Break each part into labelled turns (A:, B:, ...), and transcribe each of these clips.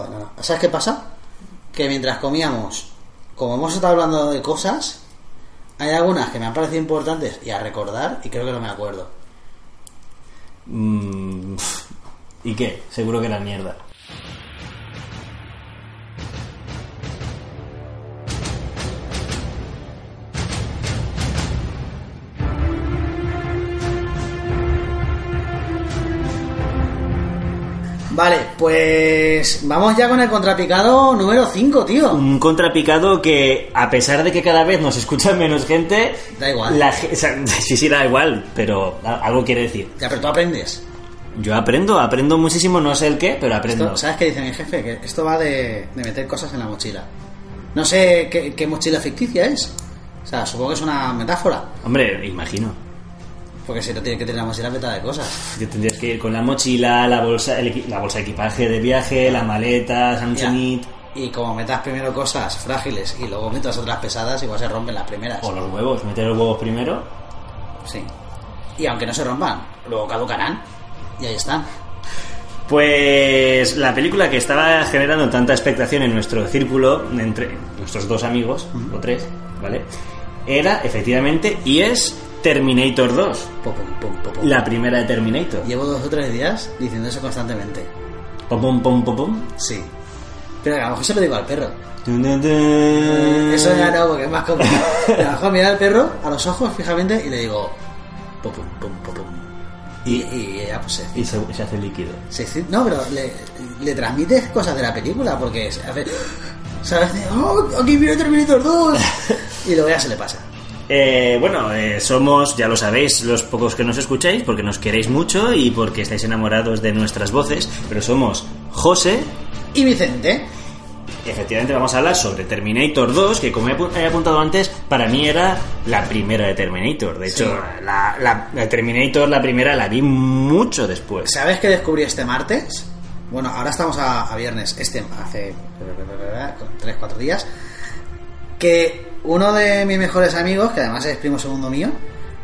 A: Ah, ¿sabes qué pasa? Que mientras comíamos, como hemos estado hablando de cosas, hay algunas que me han parecido importantes y a recordar y creo que no me acuerdo.
B: Mm, ¿Y qué? Seguro que era mierda.
A: Vale, pues vamos ya con el contrapicado número 5, tío.
B: Un contrapicado que, a pesar de que cada vez nos escucha menos gente...
A: Da igual.
B: la ge- o sea, sí, sí, da igual, pero a- algo quiere decir.
A: Ya, pero tú aprendes.
B: Yo aprendo, aprendo muchísimo, no sé el qué, pero aprendo.
A: Esto- ¿Sabes qué dice mi jefe? Que esto va de, de meter cosas en la mochila. No sé qué, qué mochila ficticia es. O sea, supongo que es una metáfora.
B: Hombre, imagino.
A: Porque si no tiene que tener la mochila petada de cosas.
B: Te tendrías que ir con la mochila, la bolsa, el equi- la bolsa de equipaje de viaje, la maleta, Samsonite
A: Y como metas primero cosas frágiles y luego metas otras pesadas, igual se rompen las primeras.
B: o los huevos, meter los huevos primero.
A: Sí. Y aunque no se rompan, luego caducarán. Y ahí están.
B: Pues la película que estaba generando tanta expectación en nuestro círculo, entre nuestros dos amigos, o tres, ¿vale? Era, efectivamente, y es Terminator 2,
A: Pum, pum, pum, pum, pum.
B: la primera de Terminator.
A: Llevo dos o tres días diciendo eso constantemente.
B: Pom, pom, pom, pom, pom.
A: Sí. Pero a lo mejor se lo digo al perro.
B: Dun, dun, dun.
A: Eso ya no, porque es más complicado. A lo mejor mirar al perro a los ojos fijamente y le digo. Pum, pum, pum, pum, pum. Y, y ella pues se
B: Y se, se hace líquido.
A: Sí, sí, no, pero le, le transmites cosas de la película porque se hace. ¿Sabes? De, ¡Oh, aquí viene Terminator 2! Y luego ya se le pasa.
B: Eh, bueno, eh, somos, ya lo sabéis, los pocos que nos escucháis, porque nos queréis mucho y porque estáis enamorados de nuestras voces, pero somos José,
A: Y Vicente,
B: Efectivamente vamos a hablar sobre Terminator 2, que como he apu- he apuntado antes, para mí era la primera de Terminator. De hecho,
A: Sí.
B: la, la- la Terminator, la primera, la vi mucho después.
A: ¿sabes qué descubrí este martes? Bueno, ahora estamos a, a viernes, este hace 3-4 días. Que uno de mis mejores amigos, que además es primo segundo mío,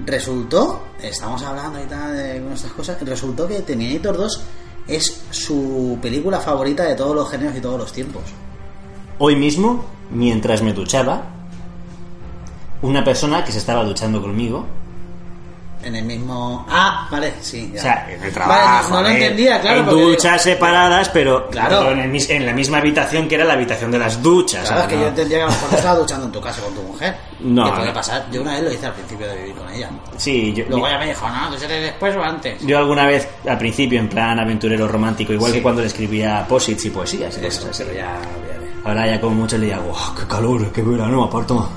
A: resultó, estamos hablando y tal de nuestras cosas, resultó que Terminator 2 es su película favorita de todos los géneros y todos los tiempos.
B: Hoy mismo, mientras me duchaba, una persona que se estaba duchando conmigo,
A: En el mismo. Ah, vale, sí. ya.
B: o sea, en el
A: Vale,
B: trabajo,
A: no lo
B: a ver,
A: entendía, claro.
B: en
A: porque digo-
B: duchas separadas, pero
A: Claro.
B: pero en, el mis- en la misma habitación que era la habitación de las duchas.
A: Claro, es
B: o sea,
A: que
B: no-
A: yo entendía que a lo mejor te estaba duchando en tu casa con tu mujer.
B: No,
A: Que puede
B: no.
A: pasar. Yo una vez lo hice al principio de vivir con ella.
B: Sí, yo,
A: Luego ella me dijo, no, tú seré después o antes.
B: Yo alguna vez, al principio, en plan aventurero romántico, igual
A: Sí.
B: que cuando le escribía posits y poesías. y
A: Eso,
B: cosas así.
A: pero ya, ya ve.
B: Ahora ya como mucho le digo, "Guau, qué calor, qué verano, aparto.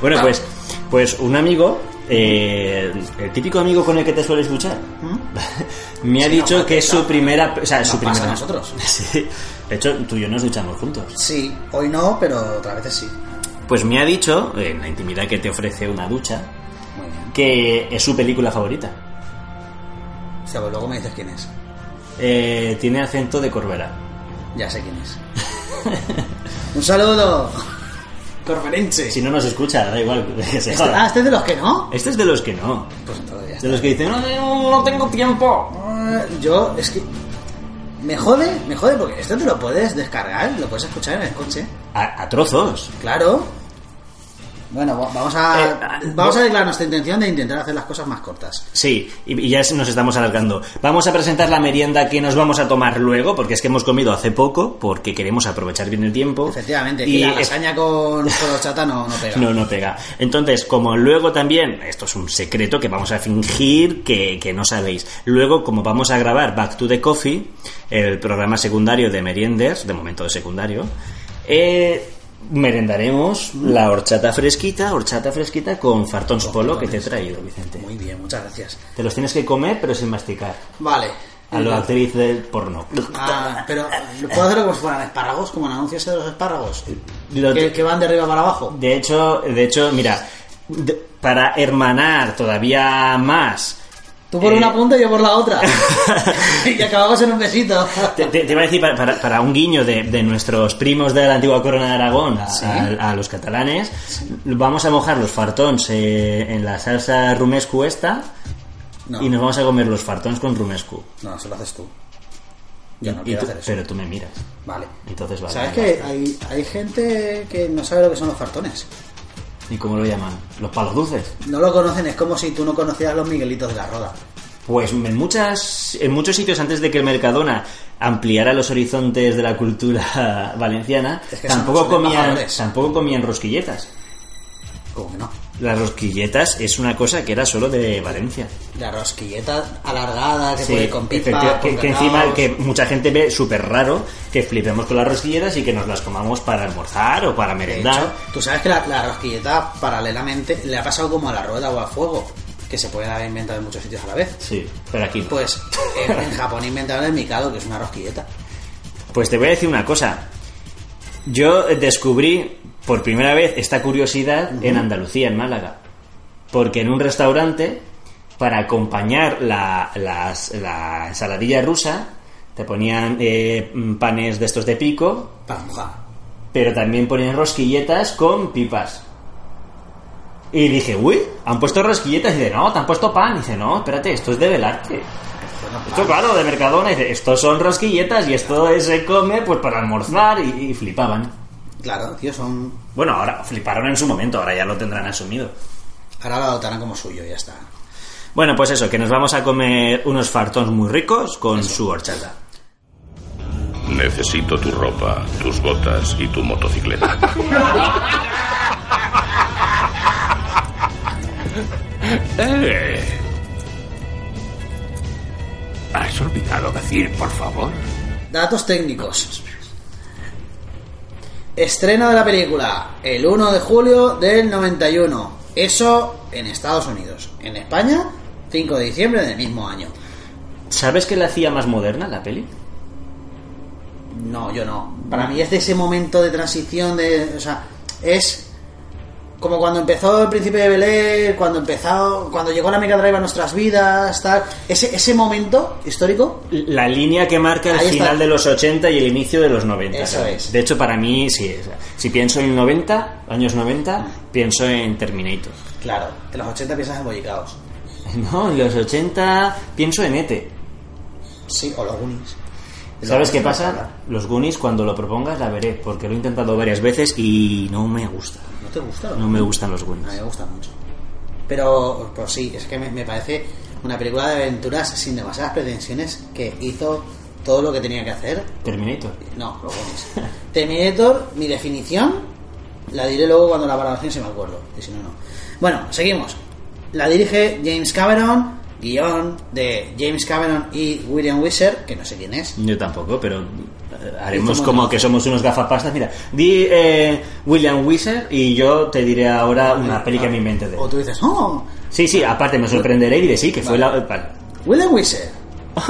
B: bueno, pues, pues un amigo, eh, el típico amigo con el que te sueles luchar, me ha
A: Sí,
B: dicho
A: no,
B: que es su
A: no,
B: primera... O sea, su
A: nos pasa
B: primera...
A: a nosotros.
B: Sí. De hecho, tú y yo nos luchamos juntos.
A: Sí, hoy no, pero otras veces sí.
B: Pues me ha dicho, en la intimidad que te ofrece una ducha,
A: Muy bien.
B: que es su película favorita.
A: O sea, pues luego me dices quién es.
B: Eh, tiene acento de Corbera.
A: Ya sé quién es. Un saludo. Corferenche.
B: Si no nos escucha, da igual que se
A: Este- ah,
B: joda.
A: este es de los que no.
B: Este es de los que no.
A: Pues entonces ya está.
B: De los que dicen, no, no, no tengo tiempo.
A: Eh, Yo, es que. Me jode, me jode, porque esto te lo puedes descargar, lo puedes escuchar en el coche.
B: A, a trozos.
A: Claro. Bueno, va- vamos
B: Eh,
A: a.
B: ah,
A: Vamos
B: no-
A: a declarar nuestra intención de intentar hacer las cosas más cortas.
B: Sí, y, y ya es- nos estamos alargando. Vamos a presentar la merienda que nos vamos a tomar luego, porque es que hemos comido hace poco, porque queremos aprovechar bien el tiempo.
A: Efectivamente. Y, la
B: es-
A: lasaña con solo chata no, no pega.
B: No, no pega. Entonces, como luego también, esto es un secreto que vamos a fingir que, que no sabéis. Luego, como vamos a grabar Back to the Coffee, el programa secundario de Merienders, de momento de secundario, eh, merendaremos la horchata fresquita, horchata fresquita con fartons polo que te he traído, Vicente.
A: Muy bien, muchas gracias.
B: Te los tienes que comer, pero sin masticar.
A: Vale.
B: A la actriz del porno.
A: Ah, pero puedo hacerlo como si fueran espárragos, como en anuncios de los espárragos.
B: Lo-
A: Que, que van de arriba para abajo.
B: De hecho, de hecho, mira, de- para hermanar todavía más
A: Tú por
B: Eh.
A: una punta y yo por la otra. y acabamos en un besito.
B: Te, te- te iba a decir para, para- para un guiño de, de nuestros primos de la antigua corona de Aragón
A: Ah,
B: a, a- a los catalanes, vamos a mojar los fartons eh, en la salsa rumescu esta
A: No,
B: y nos vamos a comer los fartons con rumescu.
A: no, se lo haces tú. Yo no
B: Y
A: quiero
B: tú-
A: hacer eso.
B: Pero tú me miras.
A: Vale.
B: Entonces, vale.
A: ¿Sabes
B: vale.
A: que hay, hay gente que no sabe lo que son los fartones?
B: ¿Y cómo lo llaman? ¿Los palos dulces?
A: No lo conocen, es como si tú no conocieras los Miguelitos de la Roda.
B: Pues en muchas, en muchos sitios antes de que el Mercadona ampliara los horizontes de la cultura valenciana,
A: Es que son-
B: tampoco
A: son
B: comían,
A: embajadores.
B: tampoco comían rosquilletas.
A: ¿Cómo que no?
B: Las rosquilletas es una cosa que era solo de Valencia.
A: La rosquilleta alargada que
B: Sí,
A: puede con pipa,
B: efectiva- que,
A: con
B: que encima
A: cacaos.
B: que mucha gente ve súper raro que flipemos con las rosquilletas y que nos las comamos para almorzar o para
A: De
B: merendar.
A: hecho, tú sabes que la, la rosquilleta paralelamente le ha pasado como a la rueda o al fuego, que se pueden haber inventado en muchos sitios a la vez.
B: sí, pero aquí no.
A: Pues en, en Japón inventaron el Mikado, que es una rosquilleta.
B: Pues te voy a decir una cosa. Yo descubrí por primera vez esta curiosidad en Andalucía, en Málaga. Porque en un restaurante, para acompañar la, las- la ensaladilla rusa, te ponían eh, panes de estos de pico,
A: Para mojar.
B: pero también ponían rosquilletas con pipas. Y dije, uy, han puesto rosquilletas. Y dice, no, te han puesto pan. Y dice, no, espérate, esto es de velarte.
A: Bueno,
B: Esto,
A: vale.
B: claro, de Mercadona, dice, estos son rosquilletas y esto es- se come pues para almorzar y, y flipaban.
A: Claro, tío, son.
B: Bueno, ahora fliparon en su momento, ahora ya lo tendrán asumido.
A: Ahora lo adoptarán como suyo y ya está.
B: Bueno, pues eso, que nos vamos a comer unos fartons muy ricos con su horchata.
C: Necesito tu ropa, tus botas y tu motocicleta. ¡Eh! ¿Has olvidado decir, por favor?
A: Datos técnicos. Estreno de la película el 1 de julio del 91. Eso en Estados Unidos. En España, 5 de diciembre del mismo año.
B: ¿Sabes qué la hacía más moderna la peli?
A: No, yo no. Para mí es de ese momento de transición de, o sea, es como cuando empezó el Príncipe de Bel Air, cuando empezó, cuando llegó la Mega Drive a nuestras vidas, tal. Ese ese momento histórico.
B: La línea que marca el
A: Ahí está.
B: final de los 80 y el inicio de los 90.
A: Eso
B: ¿sabes?
A: es.
B: De hecho, para mí, sí. o sea, si pienso en 90, años 90, pienso en Terminator.
A: Claro, en los 80 piezas embollicados.
B: No, en los 80 pienso en E ETE.
A: Sí, o los Goonies.
B: ¿Sabes qué pasa? Los Goonies, cuando lo propongas, la veré, porque lo he intentado varias veces y no me gusta.
A: ¿No te gusta?
B: No me gustan los
A: A mí me
B: Goonies.
A: gusta mucho. Pero, pues sí, es que me, me parece una película de aventuras sin demasiadas pretensiones que hizo todo lo que tenía que hacer.
B: Terminator.
A: No, lo pones. Terminator, mi definición, la diré luego cuando la valoración se me acuerdo. Y si no, no. Bueno, seguimos. La dirige James Cameron, guión de James Cameron y William Wisher, que no sé quién es.
B: Yo tampoco, pero eh, haremos
A: Hizo
B: como
A: montón.
B: que somos unos gafapastas. Mira, di eh, William Wieser y yo te diré ahora una peli que me inventé de él.
A: O tú dices, oh,
B: Sí, sí, aparte me sorprenderé y diré sí, que fue
A: Vale.
B: la... vale.
A: William Wisher.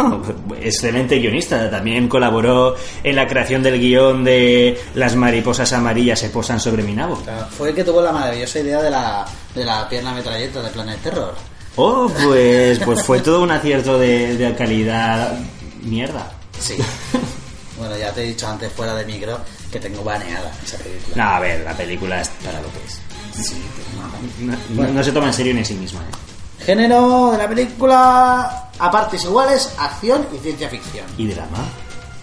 B: Oh, excelente guionista, también colaboró en la creación del guión de Las mariposas amarillas se posan sobre mi nabo.
A: Fue el que tuvo la maravillosa idea de la, de la pierna metralleta de Planet Terror.
B: Oh, pues, pues fue todo un acierto de, de calidad mierda.
A: Sí. bueno, ya te he dicho antes fuera de micro que tengo baneada esa película.
B: No, a ver, la película es para lo que es.
A: Sí,
B: pues
A: pero no.
B: No, no- no se toma en serio ni en sí misma. ¿eh?
A: Género de la película a partes iguales, acción y ciencia ficción.
B: ¿Y drama?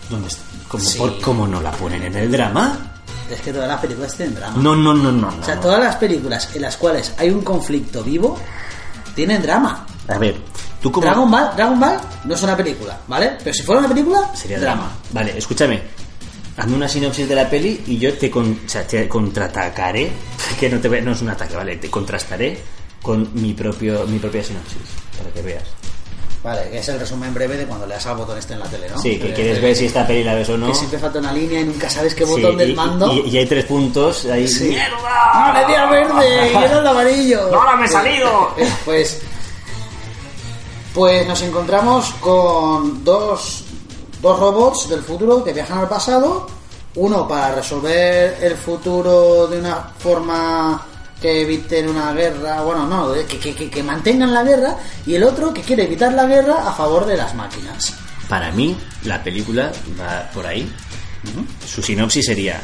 B: ¿Dónde está? ¿Cómo,
A: Sí.
B: por- cómo no la ponen en el drama?
A: Es que todas las películas tienen drama.
B: No, no, no, no. no,
A: o sea,
B: no.
A: todas las películas en las cuales hay un conflicto vivo tienen drama.
B: A ver, tú como...
A: Dragon Ball, Dragon Ball no es una película, ¿vale? Pero si fuera una película,
B: Sería drama. Vale, escúchame. Hazme una sinopsis de la peli y yo te, con- o sea, te contraatacaré. Que no, te ve- no es un ataque, vale. Te contrastaré con mi, propio, mi propia sinopsis. Para que veas.
A: Vale, que es el resumen breve de cuando le das al botón este en la tele, ¿no?
B: Sí, que
A: Eh,
B: quieres
A: eh,
B: ver si esta peli la ves o no.
A: Que siempre falta una línea y nunca sabes qué
B: Sí,
A: botón
B: y-
A: del
B: y-
A: mando.
B: Y, y hay tres puntos ahí.
A: Sí.
B: ¡Mierda!
A: ¡Ah, le di al verde! ¡Y era el amarillo!
B: ¡Ahora me he salido!
A: Pues, pues, pues nos encontramos con dos, dos robots del futuro que viajan al pasado. Uno para resolver el futuro de una forma que eviten una guerra, bueno, no, que, que- que- que mantengan la guerra. Y el otro que quiere evitar la guerra a favor de las máquinas.
B: Para mí, la película va por ahí. Su sinopsis sería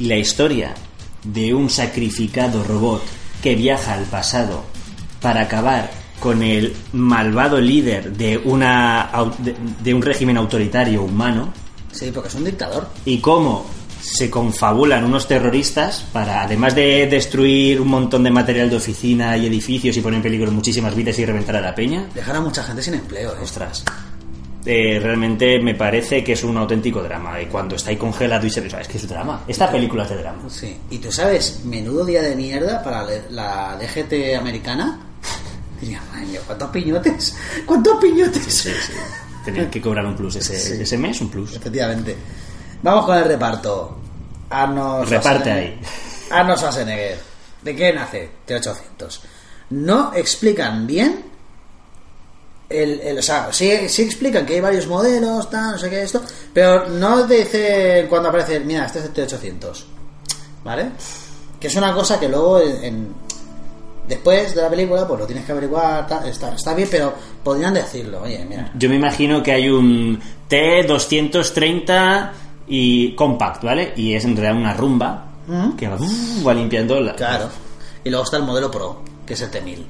B: la historia de un sacrificado robot que viaja al pasado para acabar con el malvado líder de, una, au- de, de un régimen autoritario humano
A: Sí, porque es un dictador.
B: y cómo se confabulan unos terroristas para, además de destruir un montón de material de oficina y edificios y poner en peligro muchísimas vidas y reventar a la peña,
A: Dejar a mucha gente sin empleo, ¿eh?
B: Ostras. Eh, realmente me parece que es un auténtico drama. Y cuando está ahí congelado y se o sea, Es que es drama. Esta película es de drama.
A: Sí. Y tú sabes, menudo día de mierda para le- la DGT americana. Diría, madre mía, ¿cuántos piñotes? ¿Cuántos piñotes?
B: Sí, sí. Tenían que cobrar un plus ese,
A: Sí.
B: ese mes, un plus.
A: Efectivamente. Vamos con el reparto. Arnold
B: Reparte
A: Schwarzenegger.
B: ahí.
A: Arnold Schwarzenegger. ¿De qué nace? De 800. No explican bien. El, el- o sea, sí, sí explican que hay varios modelos, tal, no sé qué, esto. Pero no dicen cuando aparece, mira, este es el T800. ¿Vale? Que es una cosa que luego en, en- después de la película, pues lo tienes que averiguar. tal, está, está bien, pero podrían decirlo. Oye, mira.
B: Yo me imagino que hay un T230 y compact, ¿vale? Y es en realidad una rumba
A: Ujú.
B: que va, uh, va limpiando la.
A: ¿Mm? Claro. Y luego está el modelo Pro, que es el T1000.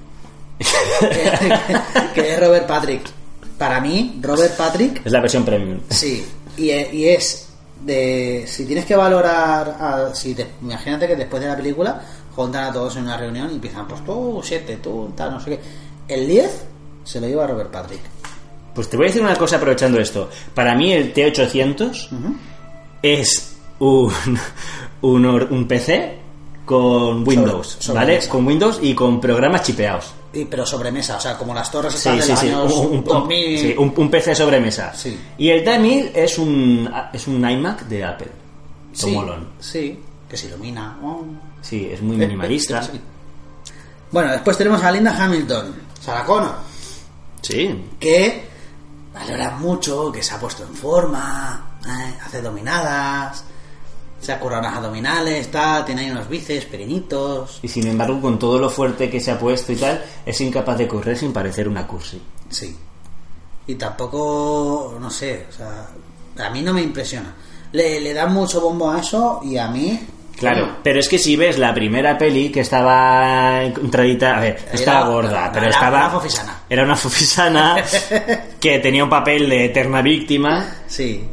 A: que, que es Robert Patrick. Para mí, Robert Patrick,
B: Es la versión premium.
A: sí. Y, e- y es de. Si tienes que valorar. a- si te- imagínate que después de la película juntan a todos en una reunión y empiezan, pues tú, siete, tú, tal, no sé qué. El 10 se lo lleva Robert Patrick.
B: Pues te voy a decir una cosa aprovechando esto. Para mí el T800
A: Ujú.
B: es un, un, or- un PC con Windows,
A: Sobre- sobre
B: ¿vale?
A: mesa.
B: Con Windows y con programas chipeados.
A: Y, pero sobremesa, o sea, como las torres
B: Sí,
A: están de
B: sí,
A: los
B: sí.
A: años
B: Un, un-
A: 2000.
B: sí, un- un PC sobre mesa.
A: Sí.
B: Y el T1000 es un, es un iMac de Apple.
A: sí,
B: Tomolón.
A: sí, que se ilumina. Oh.
B: Sí, es muy minimalista.
A: Sí. Bueno, después tenemos a Linda Hamilton, Sarah Connor,
B: Sí.
A: que valora mucho, que se ha puesto en forma, eh, hace dominadas, se ha currado unas abdominales, tal, tiene ahí unos bíceps pequeñitos.
B: Y sin embargo, con todo lo fuerte que se ha puesto y tal, es incapaz de correr sin parecer una cursi.
A: Sí. Y tampoco, no sé, o sea, a mí no me impresiona. Le, le dan mucho bombo a eso y a mí...
B: Claro,
A: bueno,
B: pero es que si ves la primera peli que estaba contradita, a ver, estaba gorda,
A: era-
B: pero
A: era
B: estaba
A: una fofisana.
B: Era una fofisana que tenía un papel de eterna víctima.
A: Sí,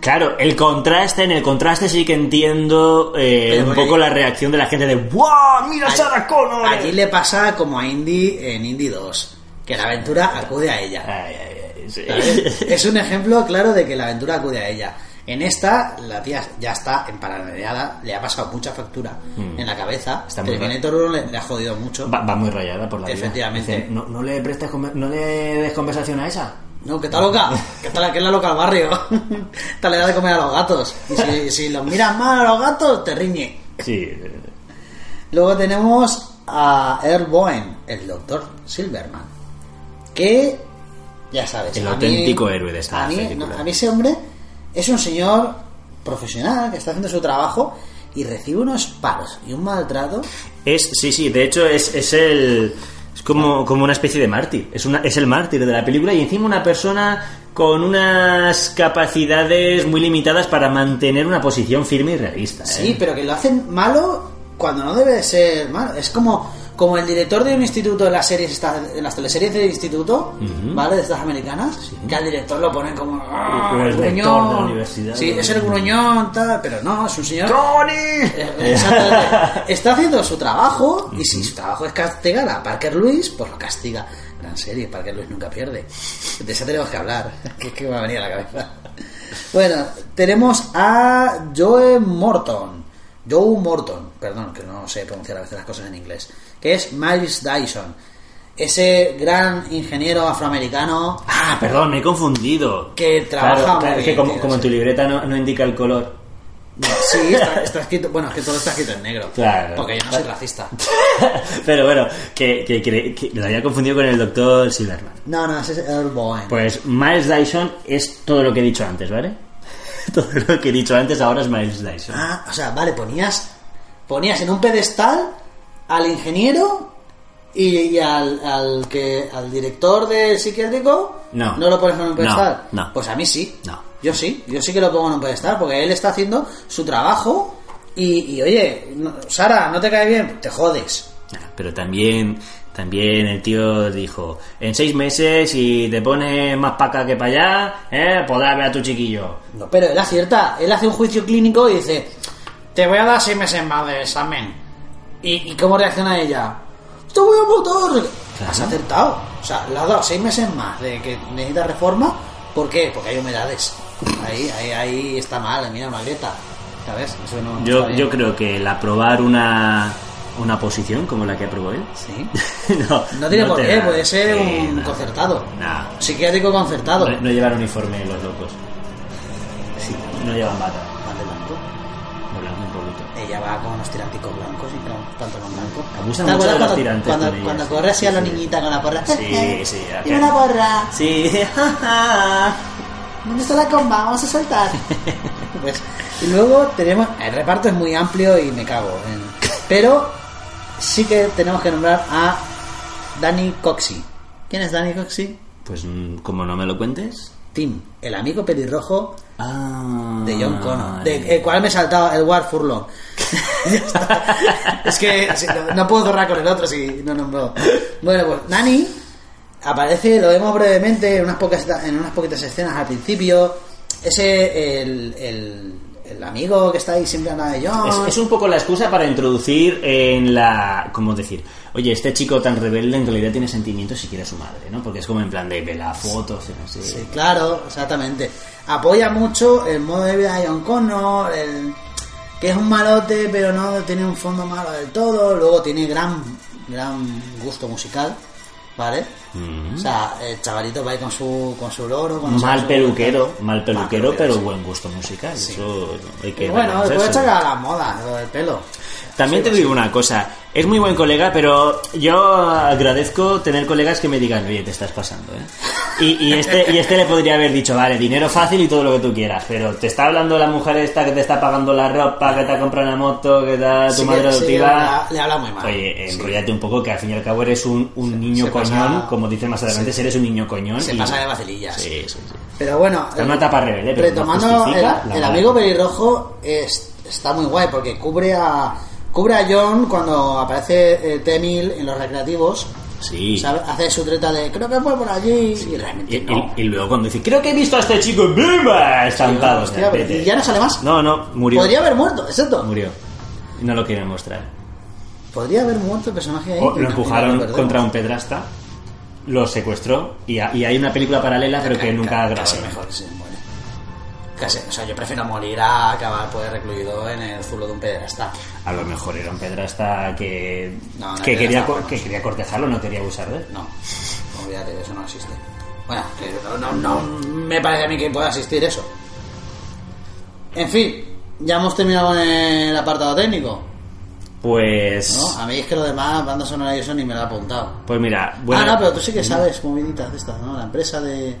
B: Claro, el contraste, en el contraste sí que entiendo eh,
A: Pero
B: un
A: porque-
B: poco la reacción de la gente de ¡Wow! ¡Mira a Sarah Connor!
A: Allí le pasa como a Indy en Indy 2, que la aventura acude a ella.
B: Ay, ay, ay, sí.
A: ¿sabes? Es un ejemplo claro de que la aventura acude a ella. En esta, la tía ya está emparaneada, le ha pasado mucha factura
B: Mm.
A: en la cabeza.
B: Está muy
A: Terminator 1 le, le ha jodido mucho.
B: Va, va muy rayada por la vida.
A: Efectivamente.
B: Dice, no, no le prestes conver- no le des conversación a esa.
A: No, que está loca, que está la, que es la loca al barrio. Está le da de comer a los gatos. Y si, si los miras mal a los gatos, te riñe.
B: Sí.
A: Luego tenemos a Earl Bowen, el doctor Silverman, que ya sabes,
B: El
A: a mí-
B: auténtico héroe de esta
A: a mí,
B: película.
A: no, a mí ese hombre es un señor profesional que está haciendo su trabajo y recibe unos paros y un maltrato.
B: Es, sí, sí, de hecho es, es el... Es como, como una especie de mártir. Es, una, es el mártir de la película y encima una persona con unas capacidades muy limitadas para mantener una posición firme y realista. ¿eh?
A: Sí, pero que lo hacen malo cuando no debe de ser malo. Es como, como el director de un instituto en las series, esta- en las teleseries del instituto,
B: Ujú.
A: ¿vale? De estas americanas, que al director lo ponen como "Ah,
B: Como el
A: el
B: rector
A: gruñón".
B: de la universidad.
A: Sí, es el gruñón, tal, pero no, es un señor.
B: ¡Tony!
A: Eh, exactamente. Está haciendo su trabajo y si su trabajo es castigar a Parker Lewis, pues lo castiga. Gran serie, Parker Lewis nunca pierde. De eso tenemos que hablar, que es que me ha venido a la cabeza. Bueno, tenemos a Joe Morton. Joe Morton, perdón, que no sé pronunciar a veces las cosas en inglés. Que es Miles Dyson. Ese gran ingeniero afroamericano.
B: Ah, perdón, me he confundido.
A: Que trabaja muy
B: es
A: bien,
B: que como,
A: tío,
B: como en
A: sí.
B: tu libreta no, no indica el color.
A: Sí, está, está escrito. Bueno, es que todo está escrito en negro.
B: Claro.
A: Porque yo no soy racista.
B: Pero bueno, que, que, que- que lo había confundido con el doctor Silverman.
A: No, no, ese es Earl Bowen.
B: Pues Miles Dyson es todo lo que he dicho antes, ¿vale? Todo lo que he dicho antes ahora es Miles Dyson.
A: Ah, o sea, vale, ponías ponías en un pedestal al ingeniero y, y al, al que al director del psiquiátrico.
B: No.
A: No lo pones en un
B: No,
A: pedestal.
B: no.
A: Pues a mí sí.
B: No.
A: Yo sí, yo sí que lo pongo en un pedestal porque él está haciendo su trabajo y, y, oye, no- Sara, no te cae bien, te jodes.
B: Ah, Pero también También el tío dijo, en seis meses, si te pones más para acá que para allá, eh, podrás ver a tu chiquillo.
A: No, pero él acierta. Él hace un juicio clínico y dice: Te voy a dar seis meses más de examen. ¿Y, y cómo reacciona ella? ¡Te voy a votar!
B: Claro.
A: Has acertado. O sea, le has dado seis meses más de que necesita reforma. ¿Por qué? Porque hay humedades. Ahí, ahí, ahí está mal. Mira una grieta. ¿Sabes? Eso no. no
B: Yo,
A: está bien.
B: yo creo que el aprobar una, una posición como la que aprobó él,
A: Sí.
B: no,
A: No tiene por
B: te
A: qué,
B: da-
A: puede ser
B: Sí,
A: un
B: no.
A: concertado.
B: Nah.
A: Psiquiátrico concertado.
B: No, no llevan uniforme los locos. Sí, no llevan bata.
A: Vale, blanco.
B: No blanco un poquito.
A: Ella va con unos tiranticos blancos y con pantalón blanco.
B: Abusa
A: ¿Te acuerdas
B: mucho de los
A: cuando-
B: tirantes
A: Cuando,
B: con ella,
A: cuando
B: sí,
A: corre así a
B: sí,
A: la
B: sí.
A: niñita con la porra.
B: Sí, sí,
A: Y
B: acá.
A: una porra.
B: Sí,
A: ¿Dónde está la comba? Vamos a saltar. Pues, y luego tenemos. El reparto es muy amplio y me cago. en- Pero sí que tenemos que nombrar a Danny Coxey. ¿Quién es Danny Coxey?
B: Pues mm, como no me lo cuentes.
A: Tim, el amigo pelirrojo
B: Ah,
A: de John Connor. De, eh, el cual me he saltado, el War Furlong. Ya está. es que si no, no puedo cerrar con el otro si no nombro. Bueno, pues Nani aparece, lo vemos brevemente en unas pocas en unas poquitas escenas al principio. Ese el, el, el amigo que está ahí siempre hablando de John.
B: Es, es un poco la excusa para introducir en la. ¿Cómo decir? Oye, este chico tan rebelde en realidad tiene sentimientos si quiere a su madre, ¿no? Porque es como en plan de ve la foto, sí, no sé.
A: Sí, claro, exactamente. Apoya mucho el modo de vida de John Connor, el- que es un malote, pero no tiene un fondo malo del todo. Luego tiene gran, gran gusto musical, ¿vale?
B: Mm.
A: O sea, el chavalito va ahí con su, con su loro, con
B: Mal
A: su-
B: peluquero, mal
A: Mal
B: peluquero, pero
A: Ah, sí.
B: buen gusto musical. Eso hay que
A: Y bueno, después
B: reconocerse.
A: está a la moda, lo del pelo.
B: También te digo una cosa, es muy buen colega, pero yo agradezco tener colegas que me digan, oye, te estás pasando, ¿eh? Y, y este, y este le podría haber dicho, vale, dinero fácil y todo lo que tú quieras, pero te está hablando la mujer esta que te está pagando la ropa, que te ha comprado una moto, que te ha tu
A: Sí,
B: madre
A: sí,
B: adoptiva.
A: le- le habla muy mal.
B: Oye,
A: Sí.
B: enrollate un poco, que al fin y al cabo eres un, un niño
A: se
B: coñón,
A: pasa-
B: como dice más adelante,
A: se-
B: eres un niño coñón.
A: se
B: y-
A: pasa de vacilillas.
B: Sí, sí, sí.
A: Pero bueno, eh,
B: Está en una etapa rebelde, pero no
A: retomando
B: justifica
A: el,
B: la
A: el
B: mala
A: amigo
B: vida.
A: pelirrojo es- está muy guay porque cubre a cubre a John cuando aparece eh, Temil en los recreativos.
B: Sí.
A: ¿sabe? Hace su treta de creo que fue por allí y realmente
B: Y,
A: no.
B: y- y luego cuando dice, creo que he visto a este chico en Bimba estampado.
A: Sí, hostia,
B: vete.
A: ¿y ya no sale más?
B: No, no, murió.
A: Podría haber muerto, exacto.
B: Murió. No lo quieren mostrar.
A: Eh, Podría haber muerto el personaje ahí.
B: O
A: y no-
B: lo
A: y
B: empujaron
A: no perdemos.
B: contra un pedrasta, lo secuestró y, ha- y hay una película paralela pero que
A: Ca-
B: nunca
A: ca-
B: ha
A: Casi
B: grabado.
A: mejor que se muere. Casi, o sea, yo prefiero morir a acabar pues recluido en el zulo de un pederasta.
B: A lo mejor era un pedrasta que,
A: No, no,
B: que,
A: pedrasta
B: quería, co-
A: no.
B: que quería cortejarlo, no quería abusar de él.
A: No, olvídate, eso no existe. Bueno, que no, no, no me parece a mí que pueda existir eso. En fin, ya hemos terminado con el apartado técnico.
B: Pues.
A: ¿no? A mí es que lo demás, banda sonora y eso ni me lo ha apuntado.
B: Pues mira, bueno.
A: ah, no, pero tú sí que sabes moviditas de estas, ¿no? La empresa de, de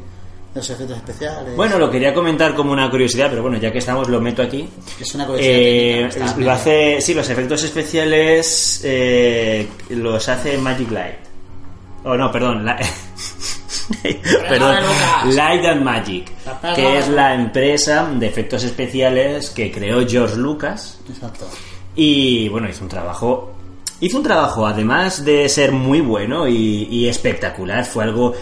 A: los efectos especiales.
B: Bueno, lo quería comentar como una curiosidad, pero bueno, ya que estamos, lo meto aquí.
A: Es una curiosidad
B: Eh,
A: técnica, está bien.
B: lo hace, sí, los efectos especiales eh, los hace Magic Light. Oh, no, perdón. la- perdón.
A: Lucas.
B: Light and Magic,
A: Perdóname.
B: que es la empresa de efectos especiales que creó George Lucas.
A: Exacto.
B: Y bueno, hizo un trabajo. Hizo un trabajo, además de ser muy bueno y, y espectacular, fue algo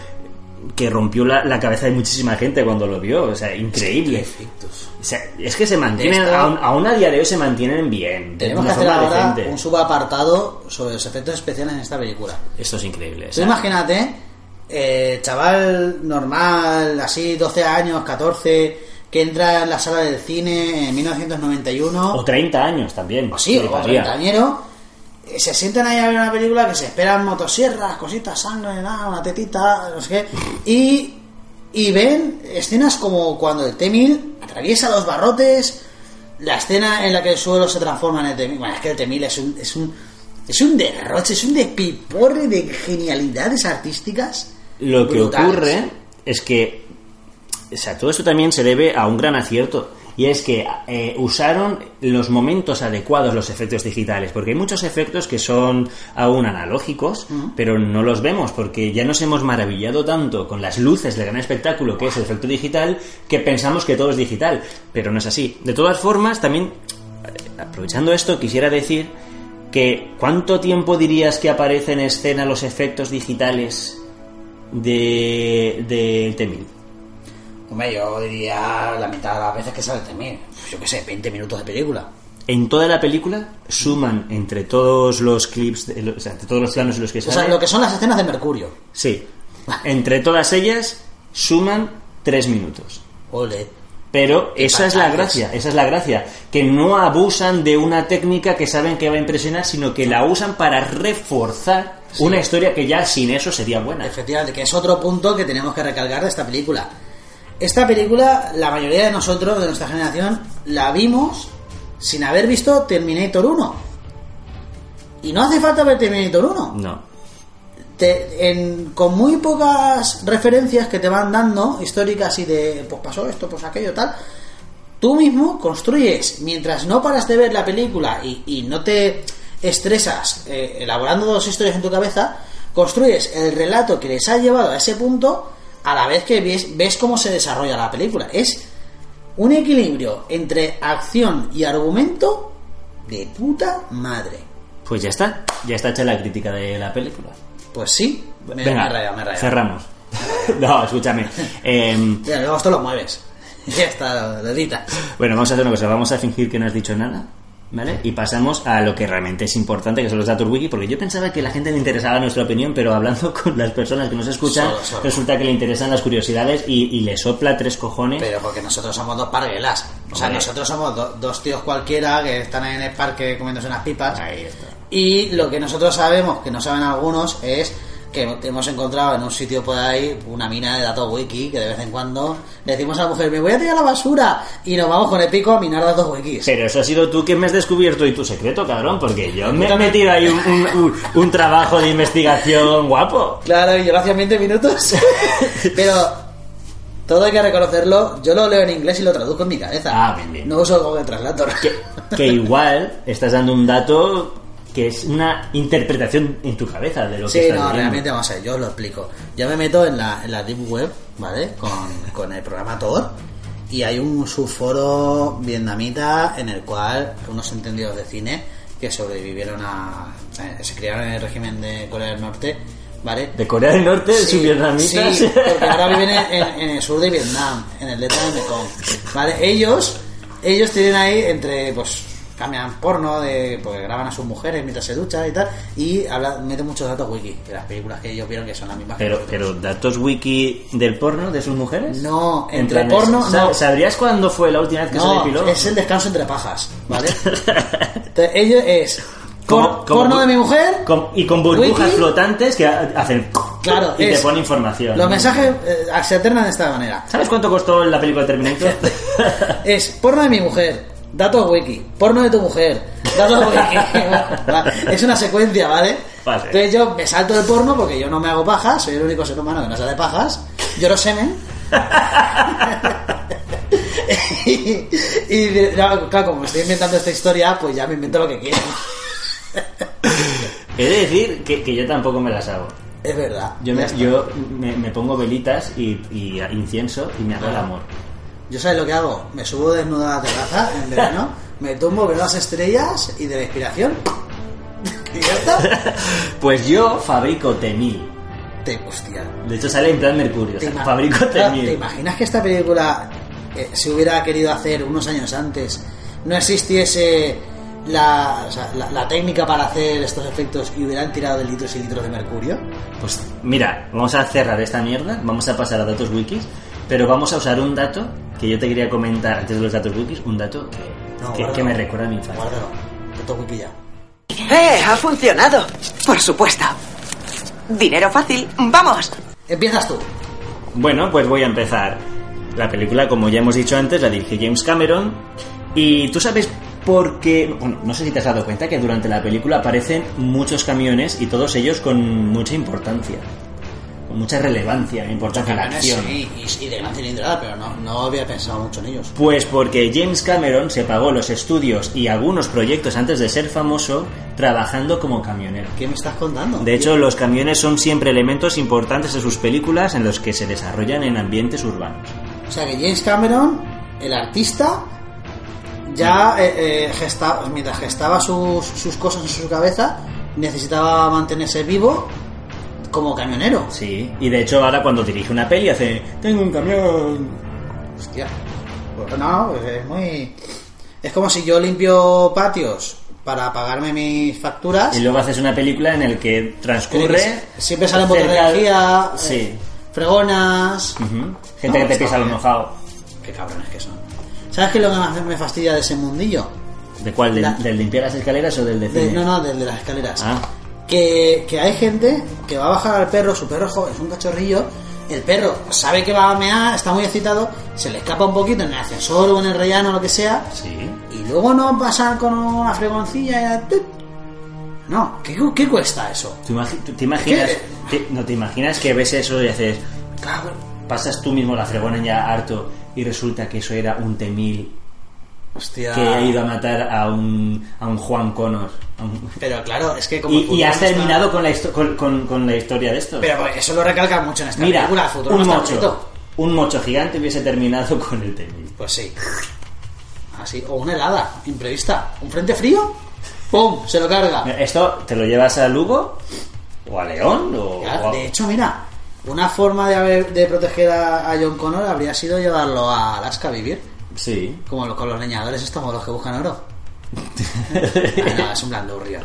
B: que rompió la, la cabeza de muchísima gente cuando lo vio. O sea, increíble.
A: Efectos.
B: O sea, es que se mantienen,
A: De esta-
B: aún, aún a día de hoy se mantienen bien. De
A: Tenemos que
B: una
A: hacer
B: forma
A: ahora
B: decente.
A: un subapartado sobre los efectos especiales en esta película.
B: Esto es increíble. o
A: Tú
B: sea,
A: imagínate, eh, chaval normal, así 12 años, 14, que entra en la sala del cine en 1991,
B: o 30 años también.
A: o Ah, Pues sí, o
B: fliparía.
A: treintañero, eh, se sientan ahí a ver una película que se esperan motosierras, cositas, sangre, nada, una tetita, no sé qué, y, y ven escenas como cuando el Temil atraviesa los barrotes, la escena en la que el suelo se transforma en el Temil, bueno, es que el Temil es un... Es un es un derroche, es un despiporre de genialidades artísticas.
B: Lo que
A: brutales.
B: ocurre es que. O sea, todo esto también se debe a un gran acierto. Y es que eh, usaron los momentos adecuados los efectos digitales. Porque hay muchos efectos que son aún analógicos, pero no los vemos. Porque ya nos hemos maravillado tanto con las luces del gran espectáculo que es el efecto digital, que pensamos que todo es eh, digital. Pero no es así. De todas formas, también aprovechando esto, quisiera decir que ¿cuánto tiempo dirías que aparecen en escena los efectos digitales de, del Temil?
A: Hombre, yo diría la mitad de las veces que sale también. Yo qué sé, 20 minutos de película.
B: En toda la película suman entre todos los clips, de- o sea, entre todos los planos en los que
A: O sea,
B: sale-
A: lo que son las escenas de Mercurio.
B: Sí. Entre todas ellas suman tres minutos.
A: Ole.
B: Pero esa es la
A: batallas.
B: gracia, esa es la gracia, que no abusan de una técnica que saben que va a impresionar, sino que la usan para reforzar una historia que ya sin eso sería buena.
A: Efectivamente, que es otro punto que tenemos que recalcar de esta película. Esta película, la mayoría de nosotros, de nuestra generación, la vimos sin haber visto Terminator 1. Y no hace falta ver Terminator 1.
B: No.
A: te- en- con muy pocas referencias que te van dando, históricas y de, pues pasó esto, pues aquello, tal, tú mismo construyes, mientras no paras de ver la película y, y no te estresas eh, elaborando dos historias en tu cabeza, construyes el relato que les ha llevado a ese punto a la vez que ves, ves cómo se desarrolla la película. Es un equilibrio entre acción y argumento de puta madre.
B: Pues ya está, ya está hecha la crítica de la película.
A: Pues sí, me, me
B: Venga,
A: raya, me raya.
B: cerramos. no, escúchame. Eh,
A: Mira, luego esto lo mueves. Ya está, lo editas.
B: Bueno, vamos a hacer una cosa, vamos a fingir que no has dicho nada, ¿vale? Y pasamos a lo que realmente es importante, que son los datos wiki, porque yo pensaba que a la gente le interesaba nuestra opinión, pero hablando con las personas que nos escuchan,
A: Solo, solo.
B: resulta que le interesan las curiosidades y, y le sopla tres cojones.
A: Pero porque nosotros somos dos parguelas. O sea,
B: Hombre.
A: nosotros somos do- dos tíos cualquiera que están ahí en el parque comiéndose unas pipas.
B: Ahí está.
A: Y lo que nosotros sabemos, que no saben algunos, es que hemos encontrado en un sitio por ahí una mina de datos wiki que de vez en cuando le decimos a la mujer, me voy a tirar a la basura y nos vamos con el pico a minar datos wikis.
B: Pero eso ha sido tú que me has descubierto y tu secreto, cabrón, porque yo me he metido ahí un, un- un- un trabajo de investigación guapo.
A: Claro, y yo lo hacía en 20 minutos. Pero todo hay que reconocerlo. Yo lo leo en inglés y lo traduzco en mi cabeza.
B: Ah, bien, bien.
A: No uso Google Translator.
B: Que, que igual estás dando un dato que es una interpretación en tu cabeza de lo que
A: Sí,
B: estás
A: no,
B: leyendo.
A: realmente vamos a ver, yo os lo explico. Yo me meto en la, en la Deep Web, ¿vale? Con, con el programa Tor y hay un subforo vietnamita en el cual unos entendidos de cine que sobrevivieron a... eh, se criaron en el régimen de Corea del Norte, ¿vale?
B: De Corea del Norte,
A: Sí,
B: sus vietnamitas.
A: sí, porque ahora viven en, en- en el sur de Vietnam, en el delta del Mekong. Vale, ellos, ellos tienen ahí entre, pues, cambian porno, de, pues graban a sus mujeres mientras se duchan y tal, y habla, meten muchos datos wiki de las películas que ellos vieron que son las mismas que
B: Pero,
A: nosotros.
B: pero datos wiki del porno de sus mujeres?
A: No,
B: En
A: entre
B: plan,
A: porno,
B: ¿sab-
A: no.
B: ¿Sabrías cuándo fue la última vez que se
A: No,
B: depiló?
A: es el descanso entre pajas, ¿vale? Entonces, ellos es
B: Como-
A: por-
B: como
A: porno
B: bu-
A: de mi mujer,
B: con- y con burbujas
A: Wiki.
B: flotantes que ha- hacen.
A: Claro,
B: y
A: es-
B: te pone información.
A: los
B: ¿no?
A: mensajes eh, se alternan de esta manera.
B: ¿Sabes cuánto costó la película Terminator?
A: Es porno de mi mujer, datos wiki, porno de tu mujer, datos wiki. es una secuencia, ¿vale?
B: Vale.
A: Entonces yo me salto del porno porque yo no me hago pajas, soy el único ser humano que no se hace pajas, lloro semen. y, y, claro, como estoy inventando esta historia, pues ya me invento lo que quiero.
B: He de decir que, que yo tampoco me las hago.
A: Es verdad.
B: Yo me,
A: Ya está.
B: yo me, me pongo velitas y, y incienso y me hago
A: Ah.
B: el amor.
A: Yo sabes lo que hago, me subo desnudo a la terraza en verano, me tumbo, veo las estrellas y de la inspiración. y ya está.
B: Pues yo fabrico temil.
A: Te, hostia.
B: De hecho sale en plan Mercurio. o sea,
A: Te ima-
B: fabrico
A: Claro, ¿Te
B: temil.
A: imaginas que esta película eh, se hubiera querido hacer unos años antes? No existiese la, o sea, la, la técnica para hacer estos efectos y hubieran tirado de litros y litros de mercurio.
B: Pues mira, vamos a cerrar esta mierda, vamos a pasar a datos wikis, pero vamos a usar un dato que yo te quería comentar antes de los datos wikis, un dato que,
A: No,
B: que-
A: guárdalo.
B: que me recuerda a mi infancia.
A: Guárdalo. Esto wiki ya.
D: ¡Eh! ¡Ha funcionado! Por supuesto. Dinero fácil. ¡Vamos!
A: Empiezas tú.
B: Bueno, pues voy a empezar. La película, como ya hemos dicho antes, la dirige James Cameron. Y tú sabes por qué... Bueno, no sé si te has dado cuenta que durante la película aparecen muchos camiones y todos ellos con mucha importancia. Con mucha relevancia, importancia en la acción.
A: Sí, y, y de gran cilindrada, pero no, no había pensado mucho en ellos.
B: Pues porque James Cameron se pagó los estudios y algunos proyectos antes de ser famoso trabajando como camionero.
A: ¿Qué me estás contando?
B: De hecho, los camiones son siempre elementos importantes de sus películas en los que se desarrollan en ambientes urbanos.
A: O sea que James Cameron, el artista, ya eh, eh, gesta- mientras gestaba sus, sus cosas en su cabeza, necesitaba mantenerse vivo como camionero.
B: Sí, y de hecho ahora cuando dirige una peli hace... Tengo un camión.
A: Hostia. Pues no, pues es muy. Es como si yo limpio patios para pagarme mis facturas.
B: Y luego haces una película en el que transcurre...
A: Siempre salen botes de
B: cerca-
A: energía, eh,
B: Sí.
A: fregonas.
B: Ujú. Gente
A: No,
B: que te
A: está
B: pisa lo
A: bien.
B: mojado.
A: Qué cabrones que son. ¿Sabes qué es lo que más me fastidia de ese mundillo?
B: ¿De cuál? ¿Del,
A: La-
B: del limpiar las escaleras o del de
A: De-
B: cine?
A: no, no, del de las escaleras.
B: Ah.
A: Que, que hay gente que va a bajar al perro, su perro jo- es un cachorrillo, el perro sabe que va a mear, está muy excitado, se le escapa un poquito en el ascensor o en el rellano o lo que sea,
B: Sí.
A: y luego no pasar con una fregoncilla y... ¡tup! No, ¿qué, cu- qué cuesta eso?
B: ¿Tú imagi- tú te imaginas... te- no, te imaginas que ves eso y haces...
A: Cabrón.
B: Pasas tú mismo la fregona ya harto y resulta que eso era un temil
A: Hostia.
B: que ha ido a matar a un, a un Juan Connor. a un-
A: Pero claro, es que como... el
B: Y, y
A: futuro no
B: has
A: está-
B: terminado con la, histo- con, con- con la historia de esto.
A: Pero pues, eso lo recalca mucho en esta
B: Mira,
A: película, el futuro no
B: un
A: está
B: mocho.
A: bonito.
B: Un mocho gigante hubiese terminado con el temil.
A: Pues sí. Así, o una helada, imprevista. ¿Un frente frío? ¡Pum! Se lo carga.
B: Esto te lo llevas a Lugo o a León o,
A: Ya,
B: o a-
A: De hecho, mira, una forma de, haber- de proteger a, a John Connor habría sido llevarlo a Alaska a vivir,
B: Sí.
A: como los, con los leñadores estos, como los que buscan oro. Ah, no, es un blandurrio.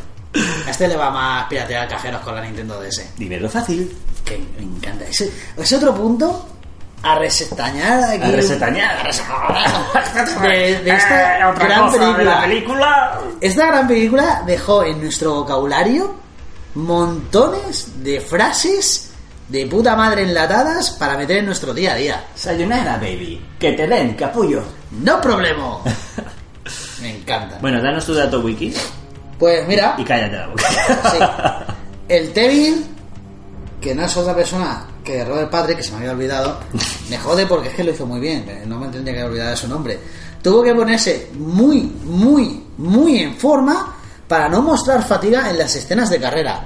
A: A este le va más piratear cajeros con la Nintendo DS,
B: Dinero fácil.
A: que me encanta. Ese, ese otro punto a resetañar aquí.
B: A resetañar.
A: De- de esta
B: Eh, otra
A: gran
B: cosa de
A: película.
B: la película.
A: Esta gran película dejó en nuestro vocabulario montones de frases de puta madre enlatadas para meter en nuestro día a día.
B: Sayonara, baby. Que te den, capullo.
A: ¡No problema! Me encanta.
B: Bueno, danos tu dato wiki
A: Pues mira,
B: y cállate la boca.
A: sí. el Tevin, que no es otra persona que Robert Patrick, que se me había olvidado, me jode porque es que lo hizo muy bien, eh, no me tendría que olvidar de su nombre. Tuvo que ponerse muy, muy, muy en forma para no mostrar fatiga en las escenas de carrera.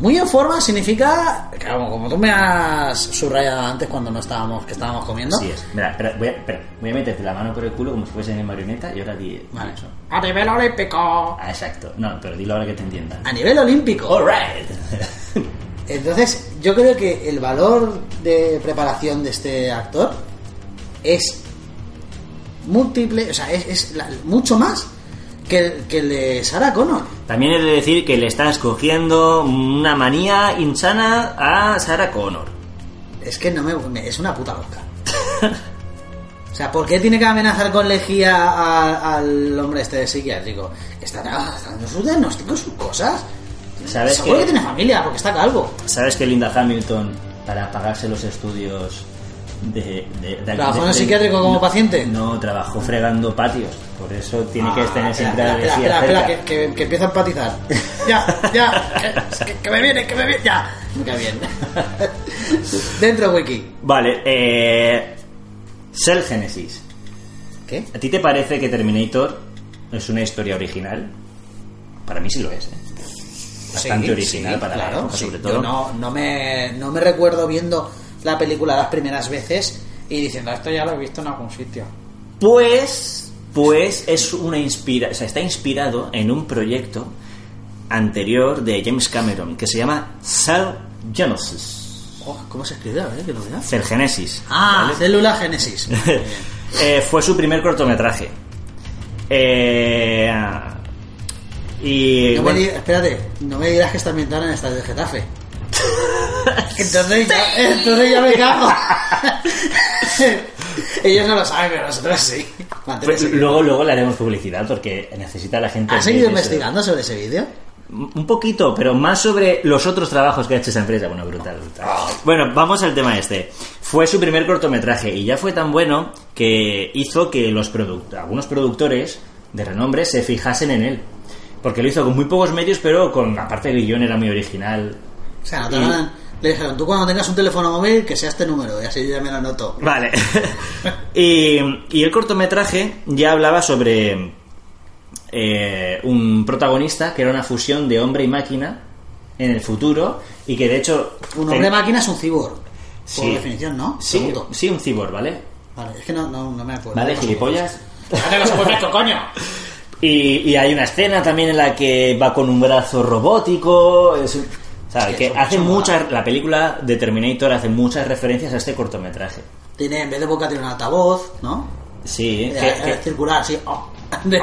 A: Muy en forma significa, claro, como tú me has subrayado antes cuando no estábamos, que estábamos comiendo.
B: Así es. Mira, espera, voy, a, espera, voy a meterte la mano por el culo como si fuese mi marioneta y ahora di
A: Vale.
B: eso.
A: A nivel olímpico.
B: Ah, exacto. No, pero dilo ahora que te entiendan.
A: A nivel olímpico.
B: Alright.
A: Entonces, yo creo que el valor de preparación de este actor es múltiple, o sea, es, es la- mucho más que, el- que el de Sarah Connor.
B: También he de decir que le estás cogiendo una manía insana a Sarah Connor.
A: Es que no me, me- es una puta loca. O sea, ¿por qué tiene que amenazar con lejía a- al hombre este de psiquiátrico? Está dando sus diagnósticos, sus cosas.
B: ¿Sabes
A: Seguro
B: qué?
A: que tiene familia, porque está calvo.
B: ¿Sabes que Linda Hamilton, para pagarse los estudios de... de, de-
A: ¿Trabajó en
B: de-
A: el psiquiátrico como paciente?
B: No, trabajó fregando patios. Por eso tiene que
A: Ah,
B: tener
A: espera,
B: siempre la
A: espera, espera,
B: energía
A: espera,
B: cerca.
A: que, que, que empieza a empatizar. Ya, ya, que, que me viene, que me viene, ya. Me cae bien. Dentro, Wiki.
B: Vale, eh... Cell Genesis.
A: ¿Qué?
B: ¿A ti te parece que Terminator es una historia original? Para mí sí lo es, ¿eh? Bastante
A: Sí,
B: original
A: sí,
B: para la
A: claro,
B: época,
A: sí.
B: sobre
A: Yo
B: todo.
A: no, no, me, no me recuerdo viendo la película las primeras veces y diciendo, "Ah, esto ya lo he visto en algún sitio.
B: Pues, pues es una inspira, o sea, está inspirado en un proyecto anterior de James Cameron que se llama Cell Genesis.
A: Oh, ¿Cómo se escribe? A ver, que lo vea.
B: Cell Genesis.
A: Ah, Célula Génesis. Muy bien.
B: Eh, fue su primer cortometraje. Eh, y
A: No me
B: bueno,
A: digas- espérate, no me dirás que está ambientada en el estadio de Getafe. Entonces ya, entonces ya me cago. Ellos no lo saben, pero nosotros sí. Mantén
B: pues,
A: ese-
B: luego, luego le haremos publicidad porque necesita la gente.
A: ¿Has
B: que-
A: seguido
B: que se-
A: investigando sobre ese vídeo?
B: Un poquito, pero más sobre los otros trabajos que ha hecho esa empresa. Bueno, brutal, brutal.
A: Ah.
B: Bueno, vamos al tema este. Fue su primer cortometraje y ya fue tan bueno que hizo que los product- algunos productores de renombre se fijasen en él. Porque lo hizo con muy pocos medios, pero con aparte el guión era muy original.
A: O sea, no te
B: Y-
A: lo dan- le dijeron, tú cuando tengas un teléfono móvil, que sea este número, y así yo ya me lo anoto.
B: Vale. y, y el cortometraje ya hablaba sobre eh, un protagonista que era una fusión de hombre y máquina en el futuro y que de hecho...
A: Un
B: ten-
A: hombre máquina es un cyborg. Por
B: Sí.
A: definición, ¿no?
B: Sí,
A: Segundo.
B: sí, un cibor, ¿vale?
A: Vale, es que no, no, no me acuerdo. Pues,
B: ¿Vale,
A: No,
B: gilipollas?
E: ¡Date los puñetos, coño!
B: Y, y hay una escena también en la que va con un brazo robótico. es un- o sea,
A: Es que
B: que
A: eso-
B: hace
A: eso mola.
B: muchas. La película de Terminator hace muchas referencias a este cortometraje.
A: Tiene, en vez de boca tiene un altavoz, ¿no?
B: Sí,
A: Eh,
B: que-
A: eh,
B: que, Ah.
A: circular, sí. Oh. De-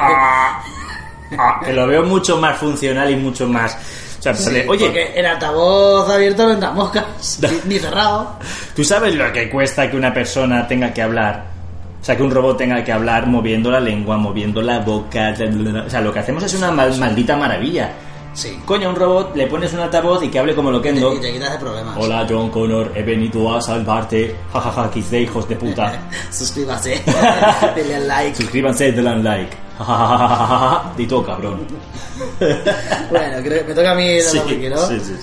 B: que lo veo mucho más funcional y mucho más. o sea, en plan de,
A: Sí,
B: oye,
A: Porque el altavoz abierto no entra moscas, ni, ni cerrado.
B: ¿tú sabes lo que cuesta que una persona tenga que hablar? O sea, que un robot tenga que hablar moviendo la lengua, moviendo la boca. bla, bla, bla? O sea, lo que hacemos es una mal- maldita maravilla.
A: Sí.
B: Coño, un robot le pones un altavoz y que hable como lo que
A: Y te quitas de problemas.
B: Hola John Connor, he venido a salvarte. Jajaja, kiss de hijos de puta.
A: Suscríbase. Dele al like.
B: Suscríbanse, denle un like. Jajajajaja, Dito cabrón.
A: Bueno, creo que me toca a mí dar
B: Sí,
A: lo que quiero.
B: sí, sí.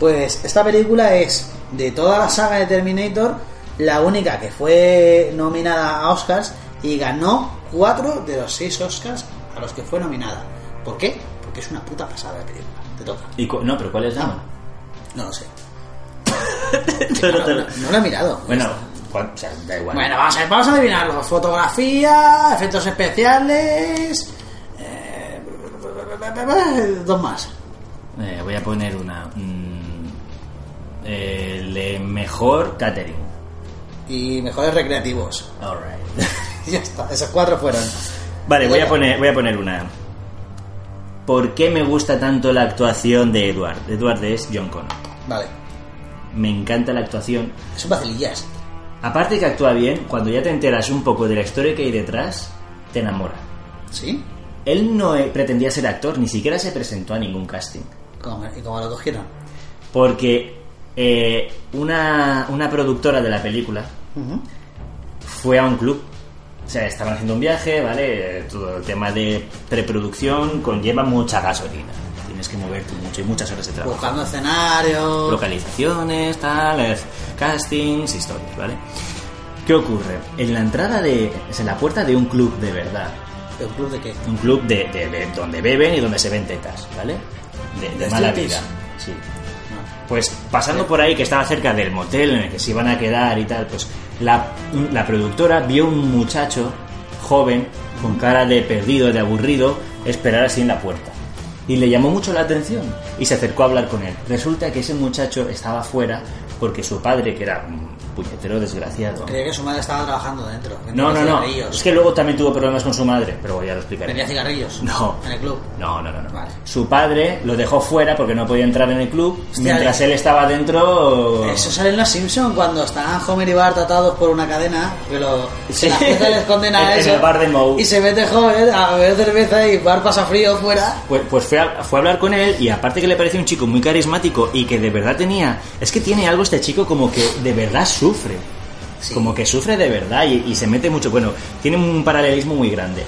A: Pues esta película es de toda la saga de Terminator la única que fue nominada a Oscars y ganó cuatro de los seis Oscars a los que fue nominada. ¿Por qué? Porque es una puta pasada de película. Te toca.
B: Y cu- no, pero ¿cuál es la mano?
A: No lo sé.
B: No,
A: No,
B: no, no.
A: no- no lo he mirado.
B: Bueno, Juan, o sea, da igual.
A: Bueno, vamos a, ver, vamos a adivinarlo. Fotografía, efectos especiales. eh, dos más.
B: Eh, voy a poner una. mm, el de mejor catering.
A: Y mejores recreativos.
B: Alright.
A: ya está, esos cuatro fueron. Eh,
B: Vale, voy a poner, voy a poner una. ¿Por qué me gusta tanto la actuación de Edward? Edward es John Connor.
A: Vale,
B: Me encanta la actuación.
A: son vacilillas.
B: Aparte que actúa bien, cuando ya te enteras un poco de la historia que hay detrás, te enamora.
A: ¿Sí?
B: Él no eh, pretendía ser actor, ni siquiera se presentó a ningún casting.
A: Como- ¿Y como lo cogieron?
B: Porque eh, una, una productora de la película
A: Ujú.
B: fue a un club. O sea, estaban haciendo un viaje, ¿vale? Eh, Todo el tema de preproducción conlleva mucha gasolina. Tienes que moverte mucho y muchas horas de trabajo.
A: Buscando escenarios.
B: localizaciones, tal, eh, castings, historias, ¿vale? ¿Qué ocurre? En la entrada de. Es en la puerta de un club de verdad.
A: ¿De un club de qué?
B: Un club de, de- de- donde beben y donde se ven tetas, ¿vale? De, de
A: ¿De
B: mala
A: striptease?
B: vida. Sí. Pues pasando por ahí, que estaba cerca del motel en el que se iban a quedar y tal, pues la, la productora vio un muchacho joven, con cara de perdido, de aburrido, esperar así en la puerta. Y le llamó mucho la atención y se acercó a hablar con él. Resulta que ese muchacho estaba fuera porque su padre, que era un puñetero desgraciado.
A: Creía que su madre estaba trabajando dentro.
B: No, no,
A: vendía
B: no.
A: cigarrillos.
B: Es que luego también tuvo problemas con su madre, pero ya lo explicaré.
A: Vendía cigarrillos.
B: No.
A: En el club.
B: No, no, no. no.
A: Vale.
B: Su padre lo dejó fuera porque no podía entrar en el club.
A: Hostia,
B: mientras
A: eh.
B: él estaba dentro.
A: Eso sale en Los Simpsons cuando están Homer y Bart atados por una cadena que lo,
B: Sí.
A: que la jueza les condena
B: En-
A: a
B: en
A: eso.
B: el bar de Moe.
A: Y se mete Homer a beber cerveza y Bart pasa frío fuera.
B: Pues, pues fue, a, fue a hablar con él y aparte que le parecía un chico muy carismático y que de verdad tenía... Es que tiene algo este chico como que de verdad sufre.
A: Sí.
B: Como que sufre de verdad y, y se mete mucho. Bueno, tiene un paralelismo muy grande.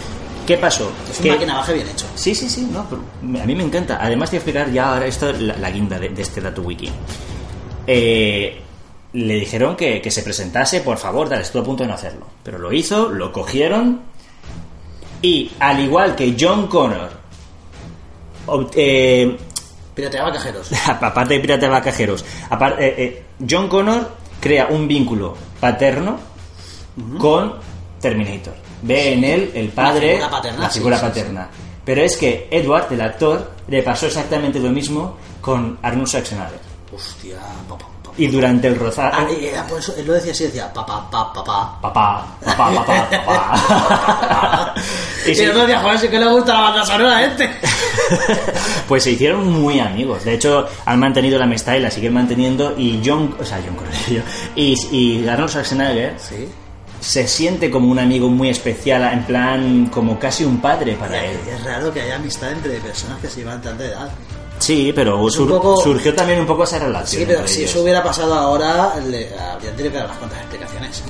B: ¿Qué pasó?
A: Es
B: Que-
A: un maquinaje bien hecho.
B: Sí, sí, sí, no, pero me- a mí me encanta. Además, te voy a explicar ya ahora esto, la, la guinda de, de este dato wiki. Eh, le dijeron que, que se presentase, por favor, tal, estuvo a punto de no hacerlo. Pero lo hizo, lo cogieron. Y al igual que John Connor, ob- eh,
A: Pirateaba cajeros.
B: aparte de Pirata de Cajeros, aparte, eh, eh, John Connor crea un vínculo paterno con Terminator. Ve en él el padre,
A: figura paterna,
B: la
A: sí,
B: figura
A: sí,
B: paterna. Pero es que Edward, el actor, le pasó exactamente lo mismo con Arnold Schwarzenegger.
A: Hostia, papá, papá.
B: Y durante el rozaje...
A: Ah, y era por eso, él lo decía así, decía papá, papá, papá.
B: Papá, papá, papá, papá.
A: Y,
B: Y sí.
A: el otro decía, joder, sí que le gusta la banda sonora a este.
B: pues se hicieron muy amigos. De hecho, han mantenido la amistad y la siguen manteniendo. Y John, o sea, John Cornelio y, y Arnold Schwarzenegger
A: Sí.
B: se siente como un amigo muy especial, en plan, como casi un padre para él.
A: Es raro que haya amistad entre personas que se llevan tanta edad.
B: Sí, pero
A: un
B: sur-
A: poco-
B: surgió también un poco esa relación.
A: Sí, pero
B: entre
A: si
B: ellos.
A: eso hubiera pasado ahora, le habrían tenido que dar unas cuantas explicaciones.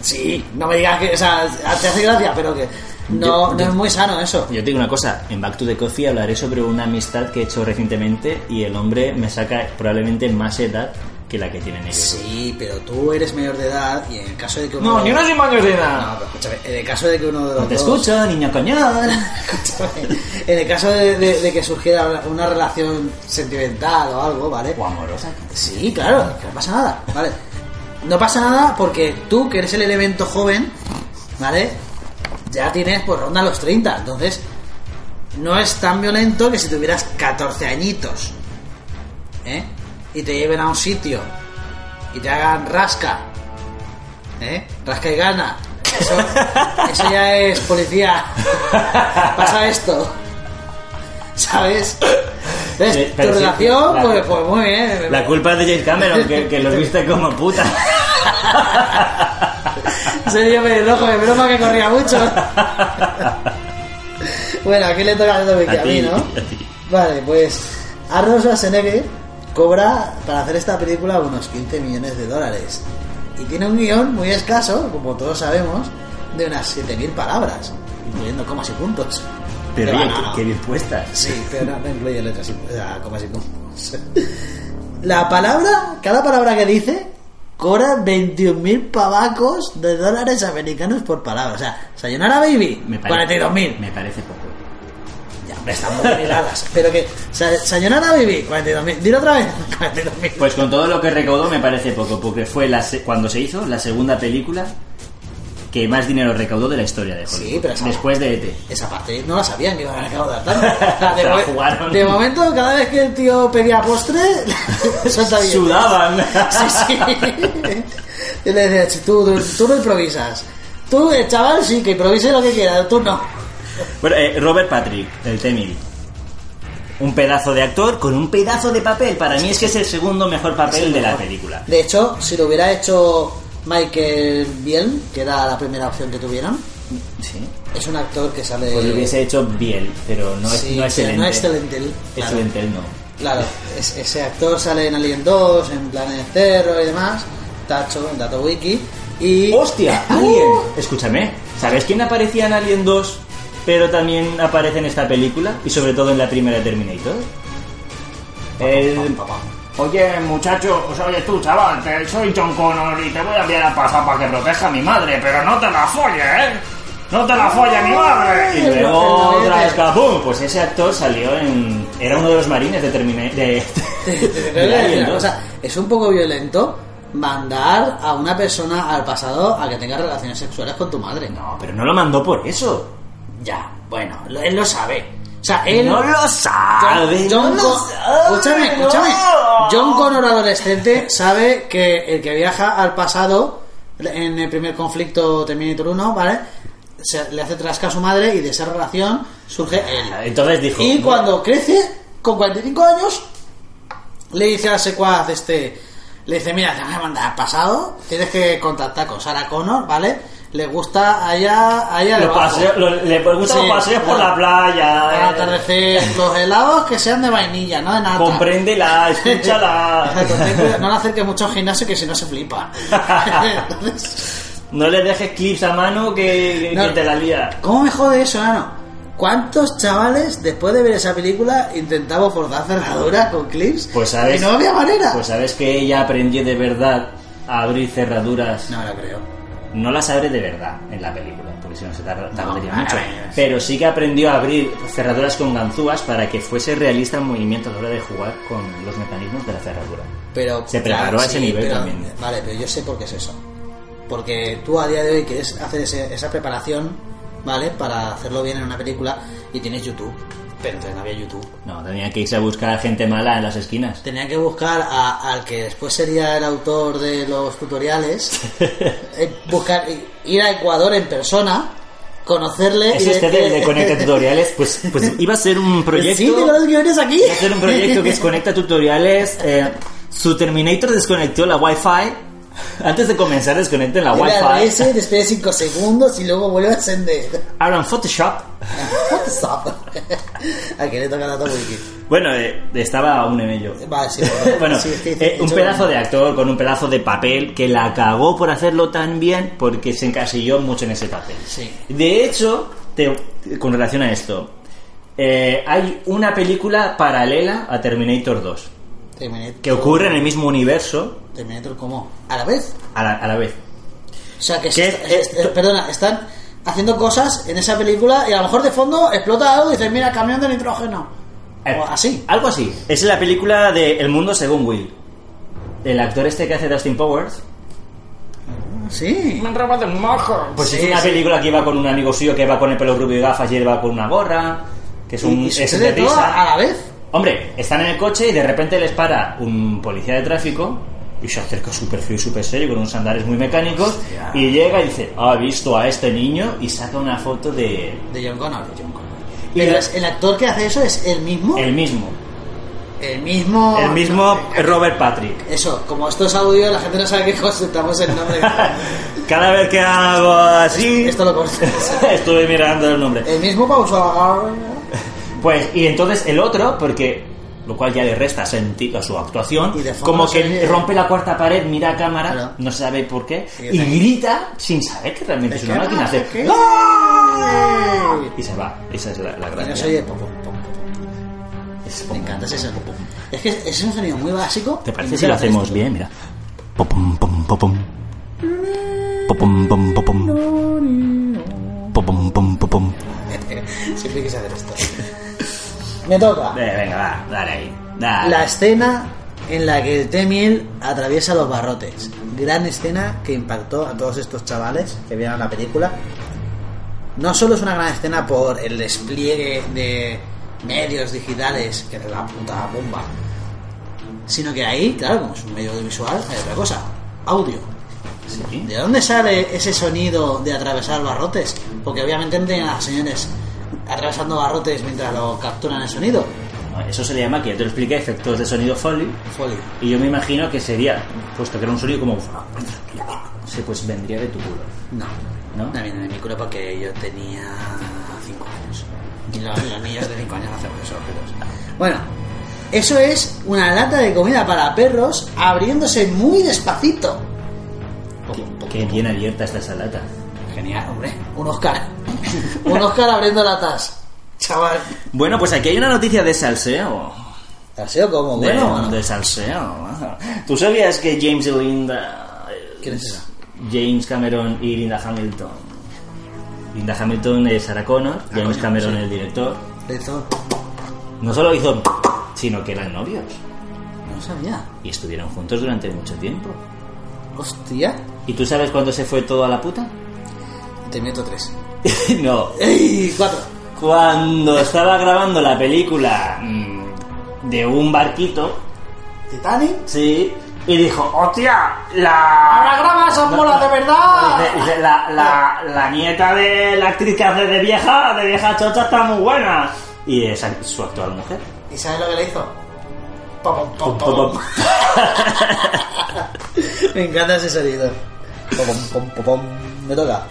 A: Sí, no me digas que. O sea, te hace gracia, pero que. No,
B: Yo-
A: no
B: yo-
A: es muy sano eso.
B: Yo te digo una cosa, en Back to the Coffee hablaré sobre una amistad que he hecho recientemente y el hombre me saca probablemente más edad que la que tienen ellos.
A: Sí, pero tú eres mayor de edad y en el caso de que uno.
B: No, yo no soy mayor de edad.
A: No, pero escúchame, en el caso de que uno de los
B: No te
A: dos-
B: escucho, niño coñón.
A: Escúchame, en el caso de, de- de que surgiera una- una relación sentimental o algo, ¿vale?
B: O amorosa.
A: Sí, claro, que no pasa nada, ¿vale? No pasa nada porque tú, que eres el elemento joven, ¿vale? ya tienes pues ronda los 30. Entonces, no es tan violento que si tuvieras 14 añitos. ¿Eh? Y te lleven a un sitio y te hagan rasca. ¿Eh? Rasca y gana. Eso, eso ya es policía. Pasa esto. ¿Sabes?
B: Sí,
A: Entonces,
B: pero
A: tu
B: sí,
A: relación,
B: la-
A: pues, pues muy bien.
B: La culpa es de James Cameron, que, que los viste como puta.
A: Se dio el ojo de broma que corría mucho. bueno, aquí le toca hacer
B: A
A: a mí,
B: ti,
A: ¿no?
B: a ti.
A: Vale, pues Arnold Schwarzenegger cobra para hacer esta película unos 15 millones de dólares. Y tiene un guión muy escaso, como todos sabemos, de unas 7.000 palabras, incluyendo comas y puntos.
B: Pero oye,
A: Bueno,
B: qué, qué bien puestas.
A: Sí, pero no, no incluye letras y o sea, comas y puntos. La palabra, cada palabra que dice, cobra 21.000 pavacos de dólares americanos por palabra. O sea, Sayonara Baby,
B: Me parece-
A: 42.000.
B: Me parece poco.
A: Ya, hombre, están muy bien hiladas. Pero que, Sa- Sayonara Baby, 42.000. Dilo otra vez, 42.000.
B: Pues con todo lo que recaudó me parece poco, porque fue la se- cuando se hizo la segunda película que más dinero recaudó de la historia de Hollywood.
A: Sí, pero esa-
B: Después de E ET.
A: Esa parte no la sabían que iban a acabar de hartar.
B: Se
A: De,
B: la
A: mo-
B: jugaron.
A: de momento, cada vez que el tío pedía postre, suelta bien.
B: Sudaban.
A: Sí, sí. Yo le decía, "Chi, tú, tú, tú no improvisas. Tú, el chaval, sí, que improvise lo que quiera, tú no.
B: Bueno, eh, Robert Patrick, el Temil. Un pedazo de actor con un pedazo de papel. Para mí es que es el segundo mejor papel de la película.
A: De hecho, si lo hubiera hecho Michael Biel, que era la primera opción que tuvieron,
B: Sí.
A: es un actor que sale.
B: Pues lo hubiese hecho bien, pero no es
A: sí,
B: no
A: que
B: excelente.
A: no excelente, él, claro.
B: Excelente él no.
A: Claro, es- ese actor sale en Alien 2, en Planet Terror y demás. Tacho, en Dato Wiki. Y.
B: ¡Hostia!
A: ¡Uh!
E: Ah.
B: ¡Alien! Escúchame, ¿sabes quién aparecía en Alien 2? Pero también aparece en esta película y sobre todo en la primera de Terminator. El...
E: Oye, muchacho, o sea, oye tú, chaval, te- soy John Connor y te voy a enviar a pasar para que proteja a mi madre, pero no te la folles, ¿eh? ¡No te la folle mi madre!
B: Y
A: El
B: luego
A: papel
B: otra
A: de-
B: vez ¡pum! Pues ese actor salió en... Era uno de los marines de Terminator... De... de Alien 2.
A: O sea, es un poco violento mandar a una persona al pasado a que tenga relaciones sexuales con tu madre.
B: No, pero no lo mandó por eso.
A: Ya, bueno, lo- él lo sabe. O sea, él...
B: No lo sabe.
A: John
B: no lo
A: Con-
B: sabe,
A: Escúchame,
B: no.
A: escúchame. John Connor adolescente sabe que el que viaja al pasado en el primer conflicto Terminator 1, ¿vale? Se- le hace trasca a su madre y de esa relación surge él.
B: Entonces dijo...
A: Y cuando crece, con 45 años, le dice al secuaz este, le dice, mira, te voy a mandar al pasado, tienes que contactar con Sarah Connor, ¿vale? Le gusta allá, allá
B: Los paseos- los- le gustan los paseos por la playa.
A: Al
B: eh.
A: atardecer, los helados que sean de vainilla, no de nata.
B: Compréndela,
A: Exacto,
B: escúchala.
A: ten cuidado, no le acerques mucho al gimnasio que si no se flipa. Entonces,
B: No le dejes clips a mano que, que
A: No.
B: te la lía.
A: ¿Cómo me jode eso, Nano? ¿Cuántos chavales, después de ver esa película, intentamos forzar cerraduras con clips?
B: Pues sabes.
A: Y no había manera.
B: Pues sabes que ella aprendió de verdad a abrir cerraduras.
A: no me lo creo.
B: No las abre de verdad en la película, porque si no se tarda- tardaría
A: No,
B: mucho.
A: a ver.
B: Pero sí que aprendió a abrir cerraduras con ganzúas para que fuese realista el movimiento a la hora de jugar con los mecanismos de la cerradura.
A: Pero,
B: Se preparó a ese nivel
A: pero-
B: también.
A: Vale, pero yo sé por qué es eso. Porque tú a día de hoy quieres hacer ese- esa preparación, ¿vale? Para hacerlo bien en una película y tienes YouTube. Pero entonces no había YouTube.
B: No, tenía que irse a buscar gente mala en las esquinas.
A: Tenía que buscar a- al que después sería el autor de los tutoriales. eh, buscar, ir a Ecuador en persona, conocerle.
B: Es
A: y-
B: este del de Conecta Tutoriales, pues, pues iba a ser un proyecto.
A: eh, Sí, tengo los guiones aquí.
B: Iba a ser un proyecto que es Conecta Tutoriales. eh, su Terminator desconectó la Wi-Fi. Antes de comenzar, desconecten la
A: Dile al
B: Wi-Fi.
A: reset, espere 5 segundos y luego vuelve a encender.
B: Abran Photoshop.
A: WhatsApp. ¿A que le toca la wiki?
B: Bueno, eh, estaba aún en ello.
A: Vale, sí, bueno,
B: bueno,
A: sí, es que-
B: eh, un
A: hecho-
B: pedazo de actor con un pedazo de papel que la cagó por hacerlo tan bien porque se encasilló mucho en ese papel.
A: Sí.
B: De hecho, te- con relación a esto, eh, hay una película paralela a Terminator 2
A: Terminator.
B: que ocurre en el mismo universo
A: Terminator como a la vez.
B: a la, a la vez.
A: O sea que
B: ¿Qué?
A: se- se-
B: Eh,
A: eh, perdona, están haciendo cosas en esa película y a lo mejor de fondo explota algo y dices, mira, camión de nitrógeno.
B: Eh,
A: O así.
B: Algo así. Es la película de El mundo según Will. El actor este que hace Dustin Powers.
A: Sí.
E: Me han robado el mojo.
B: Pues es
A: Sí,
B: una
A: sí.
B: película que va con un amigo suyo que va con el pelo rubio y gafas y él va con una gorra, que es un
A: Y
B: es
A: sucede todo
B: risa.
A: a la vez.
B: Hombre, están en el coche y de repente les para un policía de tráfico y se acerca súper frío y súper serio con unos andares muy mecánicos y llega y dice, ha visto a este niño y saca una foto de
A: De John Connor. De John Connor.
B: Y
A: Pero
B: la-
A: es- el actor que hace eso es el mismo.
B: el mismo,
A: el mismo.
B: el mismo Robert Patrick.
A: Eso, como esto es audio, la gente no sabe que consultamos el nombre.
B: Cada vez que hago así,
A: esto lo cortas.
B: estuve mirando el nombre.
A: El mismo Pauso
B: Pues, y entonces el otro, porque lo cual ya le resta sentido a su actuación,
A: Y de fondo
B: como
A: se
B: que
A: ve-
B: rompe la cuarta pared, mira a cámara,
A: Claro.
B: no sabe por qué,
A: Y
B: y
A: dice-
B: grita sin saber que realmente es
A: ¿De
B: una
A: qué
B: máquina.
A: hablas?
B: Hace,
A: ¿Qué?
B: ¡Ah! Y se va. Esa es la, la
A: Y
B: gracia.
A: no se oye. pum, pum, pum, pum.
B: Es
A: Me
B: pum,
A: encanta ese
B: pum,
A: sonido.
B: pum, pum.
A: Es que es es un sonido muy básico.
B: ¿Te
A: Y
B: parece si lo
A: muchas veces-
B: hacemos bien? Mira. Popum, pum, popum. Popum, pum, popum. Popum, pum, popum.
A: Siempre quise hacer esto. Me toca.
B: Eh, Venga, va, dale ahí. Dale.
A: La escena en la que el T-1000 atraviesa los barrotes. Gran escena que impactó a todos estos chavales que vieron la película. No solo es una gran escena por el despliegue de medios digitales, que era la puta bomba, sino que ahí, claro, como es un medio audiovisual, hay otra cosa, audio.
B: Sí.
A: ¿De dónde sale ese sonido de atravesar barrotes? Porque obviamente no tenían a las señores atravesando barrotes mientras lo capturan el sonido.
B: Eso se le llama, que ya te lo expliqué, efectos de sonido Foley.
A: Foley.
B: Y yo me imagino que sería, puesto que era un sonido como. Sí, pues vendría de tu culo.
A: No,
B: ¿No?
A: no viene de mi culo porque yo tenía 5 años. Y los, los niños de 5 años no hacemos eso, pero- Bueno, eso es una lata de comida para perros abriéndose muy despacito.
B: Qué, qué bien abierta está esa lata.
A: Genial, hombre. Un Oscar. Un Oscar abriendo latas. Chaval.
B: Bueno, pues aquí hay una noticia de salseo.
A: ¿Ha sido como
B: De-
A: bueno? o no?
B: de, salseo. ¿Tú sabías que James y Linda.
A: ¿Quién es esa?
B: James Cameron y Linda Hamilton. Linda Hamilton es Sarah Connor, James
A: Ah, coño,
B: Cameron
A: sí.
B: el director.
A: De todo.
B: No solo hizo, sino que eran novios.
A: No lo sabía.
B: Y estuvieron juntos durante mucho tiempo.
A: Hostia.
B: ¿Y tú sabes cuándo se fue todo a la puta?
A: Te meto tres.
B: no.
A: ¡Ey! Cuatro.
B: Cuando estaba grabando la película mm, de un barquito,
A: Titanic.
B: sí, y dijo,
E: ¡Hostia! ¡La. ¡Ahora grabas son bolas de
B: Dice-
E: verdad!
B: dice, la, la- la nieta de la actriz que hace de vieja, de vieja chocha, está muy buena. Y es su actual mujer.
A: ¿Y sabes lo que le hizo?
E: Pom, pom,
B: Pum,
E: pom.
B: pum, pum.
A: Me encanta ese sonido. Popom, pom, popom. Me toca.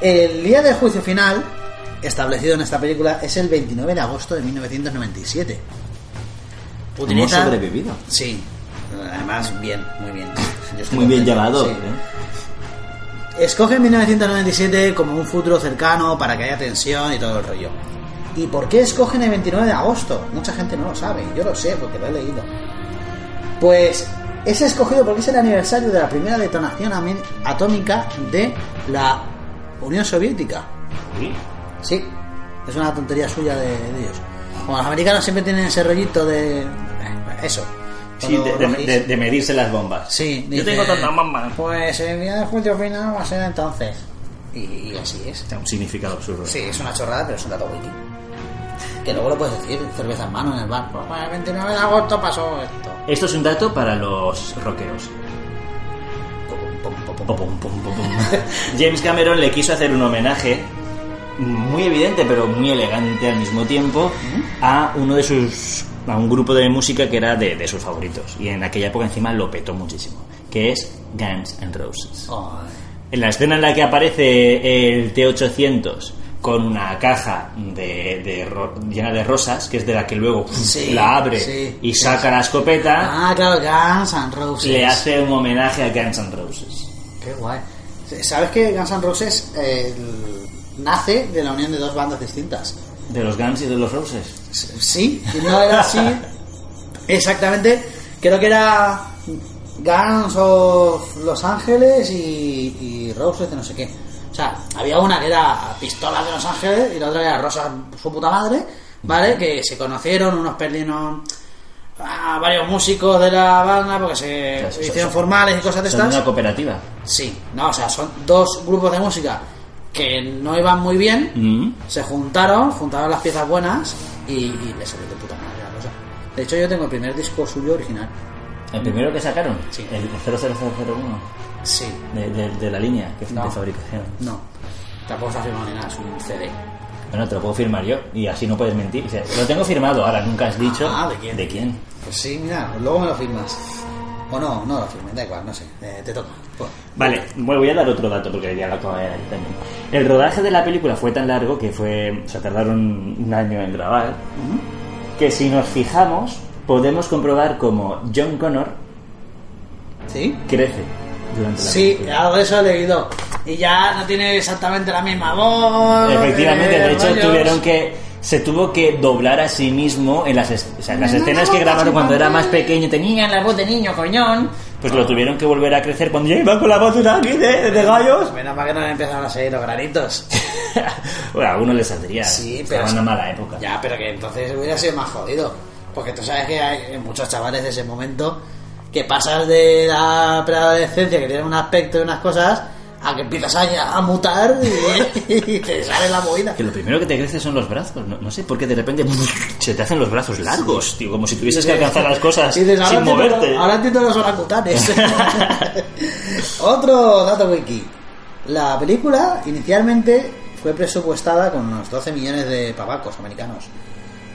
A: El día del juicio final, establecido en esta película, es el 29 de agosto de 1997.
B: Hemos sobrevivido.
A: Sí. Además, bien, muy bien. Yo estoy
B: Muy bien
A: contento,
B: llevado.
A: sí.
B: ¿eh?
A: Escogen 1997 como un futuro cercano para que haya tensión y todo el rollo. ¿Y por qué escogen el 29 de agosto? Mucha gente no lo sabe, yo lo sé porque lo he leído. Pues es escogido porque es el aniversario de la primera detonación ami- atómica de la Unión Soviética. Sí, es una tontería suya de, de ellos. Como los americanos siempre tienen ese rollito de... eh, Eso.
B: Sí,
A: Cuando
B: de, de-
A: lo leís.
B: de- de medirse las bombas.
A: Sí,
B: Yo
A: dice,
B: tengo tanta mamá.
A: Pues el día del juicio final va a ser entonces. Y, y así es.
B: Tiene un significado absurdo.
A: Sí, es una chorrada, pero es un dato wiki. Que luego lo puedes decir, cerveza en mano en el bar. Pues para el 29 de agosto pasó esto.
B: Esto es un dato para los rockeros.
A: Pum, pum, pum, pum.
B: Pum, pum, pum, pum, pum. James Cameron le quiso hacer un homenaje muy evidente pero muy elegante al mismo tiempo a uno de sus a un grupo de música que era de, de sus favoritos y en aquella época encima lo petó muchísimo que es Guns N' Roses
A: Ay,
B: en la escena en la que aparece el T800 con una caja de, de ro- llena de rosas que es de la que luego
A: Sí,
B: la abre
A: sí.
B: y saca la escopeta
A: Ah, claro, Guns N' Roses.
B: le hace un homenaje a Guns N' Roses
A: Qué guay. ¿Sabes que Guns N' Roses eh, el- nace de la unión de dos bandas distintas?
B: de los Guns y de los Roses
A: Sí, no era así. Exactamente. Creo que era Guns of Los Ángeles y, y Roses de no sé qué. O sea, había una que era Pistolas de Los Ángeles y la otra era Rosa su puta madre, ¿vale? Que se conocieron, unos perdieron a varios músicos de la banda porque se
B: Son-
A: hicieron
B: son-
A: formales y cosas de
B: Son
A: estas.
B: una cooperativa.
A: Sí, no, o sea, son dos grupos de música que no iban muy bien,
B: Mm.
A: se juntaron, juntaron las piezas buenas y, y les salió de puta madre la cosa. De hecho, yo tengo el primer disco suyo original.
B: El primero que sacaron,
A: Sí.
B: el 00001
A: Sí,
B: de, de, de la línea que es
A: No.
B: de fabricación.
A: no, tampoco está firmado ni nada, es un CD.
B: Bueno, te lo puedo firmar yo y así no puedes mentir. O sea, lo tengo firmado ahora, nunca has dicho
A: Ah, ¿de quién? Pues sí, mira, luego me lo firmas. O no, no lo firmes, da igual, no sé, eh, te toca. Pues,
B: Vale, bueno, voy a dar otro dato porque ya lo acabo de dar yo también. El rodaje de la película fue tan largo que fue, o sea, tardaron un año en grabar, que si nos fijamos podemos comprobar como John Connor
A: ¿Sí?
B: crece durante la
A: Sí,
B: película.
A: algo de eso he leído. Y ya no tiene exactamente la misma voz.
B: Efectivamente,
A: eh,
B: de hecho
A: rollos.
B: tuvieron que se tuvo que doblar a sí mismo en las, es- o sea, en las escenas que grabaron cuando era más pequeño tenía la voz de niño coñón, pues
A: Ah.
B: lo tuvieron que volver a crecer cuando ya iba con la voz de un águila, de, de gallos.
A: Menos mal que no le empezaron a salir los granitos.
B: bueno, a algunos les saldría.
A: Sí, pero.
B: estaba en una mala época.
A: Ya, pero que entonces hubiera sido más jodido. Porque tú sabes que hay muchos chavales de ese momento que pasas de la preadolescencia, que tienen un aspecto y unas cosas, a que empiezas a, a mutar y, y te sale la movida.
B: Que lo primero que te crece son los brazos. No, no sé por qué de repente se te hacen los brazos largos, tío. Como si tuvieses que alcanzar las cosas
A: Y dices, ahora
B: sin
A: entiendo-
B: moverte.
A: ahora entiendo los orangutanes. Otro dato wiki. La película inicialmente fue presupuestada con unos 12 millones de pavacos americanos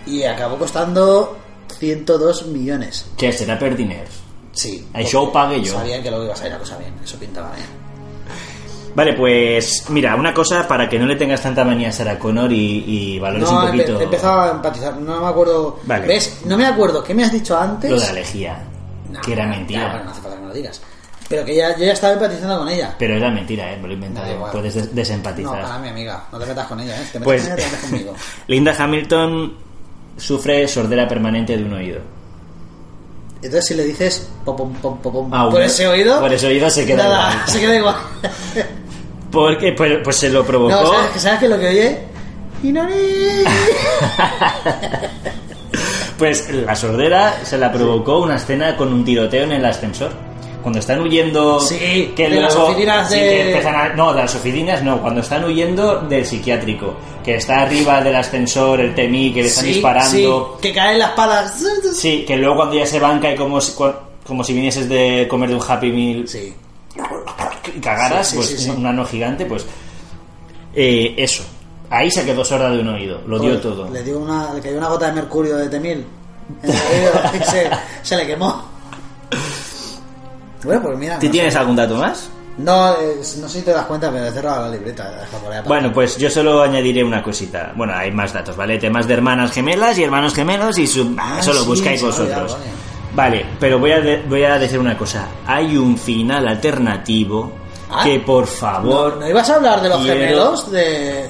A: y acabó costando 102 millones.
B: Che, será Perdiners.
A: Sí.
B: El show pague yo.
A: Sabían que lo iba a salir la cosa bien, eso pintaba bien.
B: Vale, pues mira, una cosa para que no le tengas tanta manía a Sarah Connor y, y valores
A: No,
B: un
A: empe-
B: poquito
A: empezaba a empatizar, no me acuerdo.
B: Vale.
A: ¿Ves? No me acuerdo qué me has dicho antes.
B: lo de la lejía,
A: No,
B: que era
A: ya,
B: mentira.
A: bueno, no hace falta que me lo digas. Pero que ya, yo ya estaba empatizando con ella.
B: Pero era mentira, ¿eh? Me lo he inventado.
A: Da igual.
B: Puedes des-
A: No,
B: desempatizar.
A: para mi amiga, no te metas con ella, ¿eh? Si Te metes
B: pues
A: con ella, te metes conmigo.
B: Linda Hamilton sufre sordera permanente de un oído.
A: Entonces, si le dices popom, pom, popom,
B: Ah,
A: por
B: bueno.
A: ese oído,
B: Por ese oído se queda
A: nada,
B: igual.
A: se queda igual.
B: Porque pues, pues se lo provocó.
A: no, ¿sabes, que- ¿sabes que lo que oye? ¡Inori!
B: Pues la sordera se la provocó una escena con un tiroteo en el ascensor. Cuando están huyendo.
A: Sí, de las oficinas de-
B: que empiezan a- no, de las oficinas no. Cuando están huyendo del psiquiátrico. Que está arriba del ascensor el temí, que le están
A: Sí,
B: disparando.
A: sí, que caen las palas.
B: Sí. que luego cuando ya se banca y como si, cua- como si vinieses de comer de un Happy Meal
A: Sí.
B: y cagaras,
A: Sí, sí,
B: pues
A: sí, sí.
B: un ano gigante, pues. eh, eso. Ahí se quedó sorda de un oído. Lo dio
A: Pues,
B: todo.
A: Le dio una, le cayó una gota de mercurio de Temil en el oído y se, se le quemó. Bueno, pues mira.
B: ¿Tú
A: No,
B: tienes algún dato más?
A: no, eh, no sé si te das cuenta, pero he cerrado la libreta. la he dejado por ahí
B: Bueno, pues yo solo añadiré una cosita. Bueno, hay más datos, ¿vale? Temas de hermanas gemelas y hermanos gemelos y su...
A: Ah,
B: eso lo
A: sí,
B: buscáis
A: se me ha olvidado,
B: vosotros. Vale, pero voy a, de- voy a decir una cosa. Hay un final alternativo
A: Ah.
B: que, por
A: ¿No,
B: favor...
A: no ibas a hablar de los
B: Quiero-
A: gemelos? De.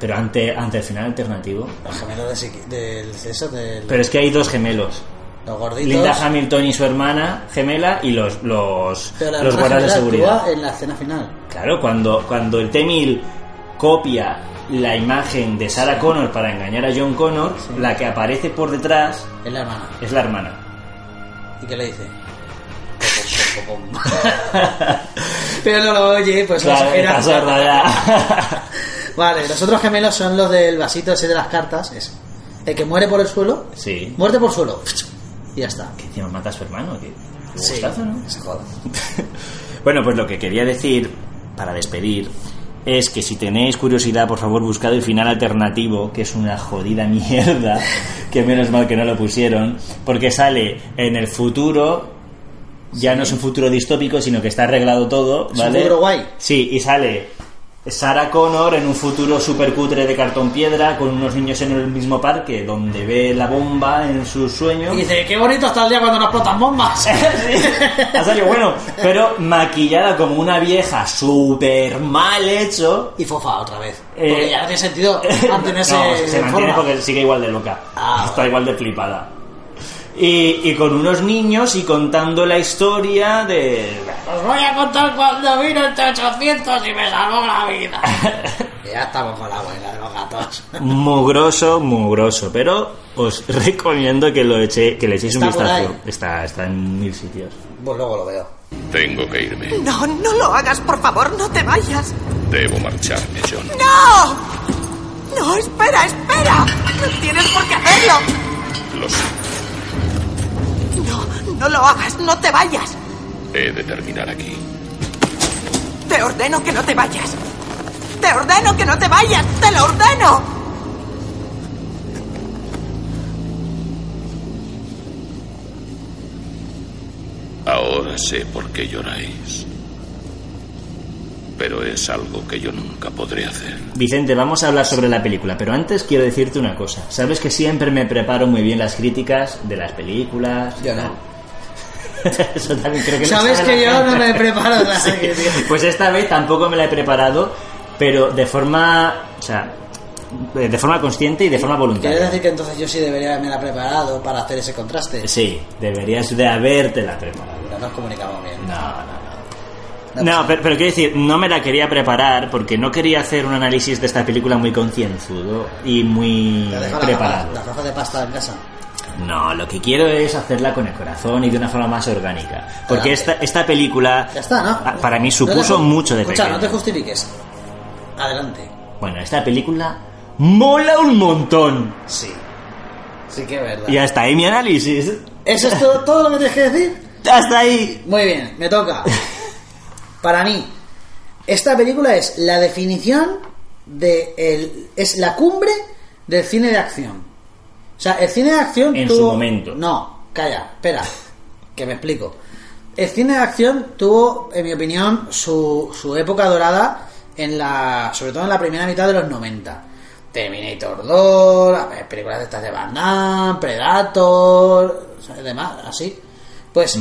B: Pero ante, ante el final alternativo...
A: Los gemelos de, Siqui- del eso, del-
B: Pero es que hay dos gemelos.
A: los gorditos.
B: Linda Hamilton y su hermana gemela y los, los,
A: pero la
B: los
A: hermana
B: guardas de
A: gemela
B: seguridad.
A: actúa eh. en la escena final.
B: Claro, cuando, cuando el T-1000 copia la imagen de Sarah Connor para engañar a John Connor, la que aparece por detrás
A: Es la hermana.
B: es la hermana.
A: ¿Y qué le dice? Pom, pom, pom, pom. pero no lo oye, pues no
B: Claro,
A: era-
B: está sorda ya.
A: Vale, los otros gemelos son los del vasito ese de las cartas, es el que muere por el suelo,
B: sí.
A: muerte por suelo, y ya está.
B: Que encima mata a su hermano, que que
A: Sí,
B: gustazo, ¿no?
A: se joda.
B: Bueno, pues lo que quería decir para despedir es que si tenéis curiosidad, por favor, buscad el final alternativo, que es una jodida mierda, que menos mal que no lo pusieron, porque sale en el futuro, ya no es un futuro distópico, sino que está arreglado todo,
A: Es un
B: ¿vale?
A: futuro guay.
B: Sí, y sale Sarah Connor en un futuro supercutre de cartón piedra con unos niños en el mismo parque donde ve la bomba en su sueño.
A: Y dice, qué bonito está el día cuando nos explotan bombas.
B: Ha salido bueno, pero maquillada como una vieja super mal hecho.
A: y fofa otra vez.
B: Eh,
A: Porque ya no tiene sentido
B: No,
A: mantenerse
B: se
A: en
B: mantiene
A: Ah, forma.
B: porque sigue igual de loca.
A: Ah,
B: Está igual de flipada. Y, y con unos niños y contando la historia de...
A: Os voy a contar cuando vino el 800 y me salvó la vida. Ya estamos con la buena de los gatos.
B: Mugroso, mugroso. Pero os recomiendo que, lo eche, que le echéis un
A: Está por
B: vistazo.
A: ahí.
B: Está, está en mil sitios.
A: Pues luego lo veo.
C: Tengo que irme.
D: No, no lo hagas, por favor, no te vayas.
C: Debo marcharme, John.
D: ¡No! No, espera, espera. No tienes por qué hacerlo.
C: Lo sé.
D: No, no lo hagas, no te vayas.
C: He de terminar aquí.
D: Te ordeno que no te vayas. Te ordeno que no te vayas, te lo ordeno.
C: Ahora sé por qué lloráis. Pero es algo que yo nunca podré hacer.
B: Vicente, vamos a hablar sobre la película, pero antes quiero decirte una cosa. Sabes que siempre me preparo muy bien las críticas de las películas.
A: Yo no.
B: Eso también creo que lo
A: Sabes
B: sabe
A: que
B: la
A: yo no
B: gente.
A: me preparo nada.
B: Sí.
A: que decir.
B: Pues esta vez tampoco me la he preparado, pero de forma, o sea, de forma consciente y de forma
A: ¿Quieres
B: voluntaria.
A: decir que entonces yo sí debería haberme la preparado para hacer ese contraste?
B: Sí, deberías de habértela preparado.
A: No nos comunicamos bien.
B: No, no, no.
A: No,
B: No, pero, pero quiero decir, no me la quería preparar porque no quería hacer un análisis de esta película muy concienzudo y muy
A: Te dejo las
B: preparado.
A: gafas- las gafas de pasta en casa.
B: No, lo que quiero es hacerla con el corazón y de una forma más orgánica. Porque
A: Adelante.
B: esta, esta película
A: Ya está, ¿no?
B: a- para mí
A: No te
B: supuso
A: ju-
B: mucho de
A: Escucha, no te
B: pequeño.
A: justifiques. Adelante.
B: Bueno, esta película mola un montón.
A: Sí. Sí que es verdad.
B: Y hasta ahí mi análisis.
A: ¿Eso es todo, todo lo que tienes que decir?
B: Hasta ahí.
A: Muy bien, me toca. Para mí, esta película es la definición de... el- es la cumbre del cine de acción. O sea, el cine de acción...
B: En
A: tuvo-
B: su momento.
A: No, calla, espera, que me explico. El cine de acción tuvo, en mi opinión, su, su época dorada, en la sobre todo en la primera mitad de los 90. Terminator 2, las películas de estas de Van Damme, Predator, demás, así. Pues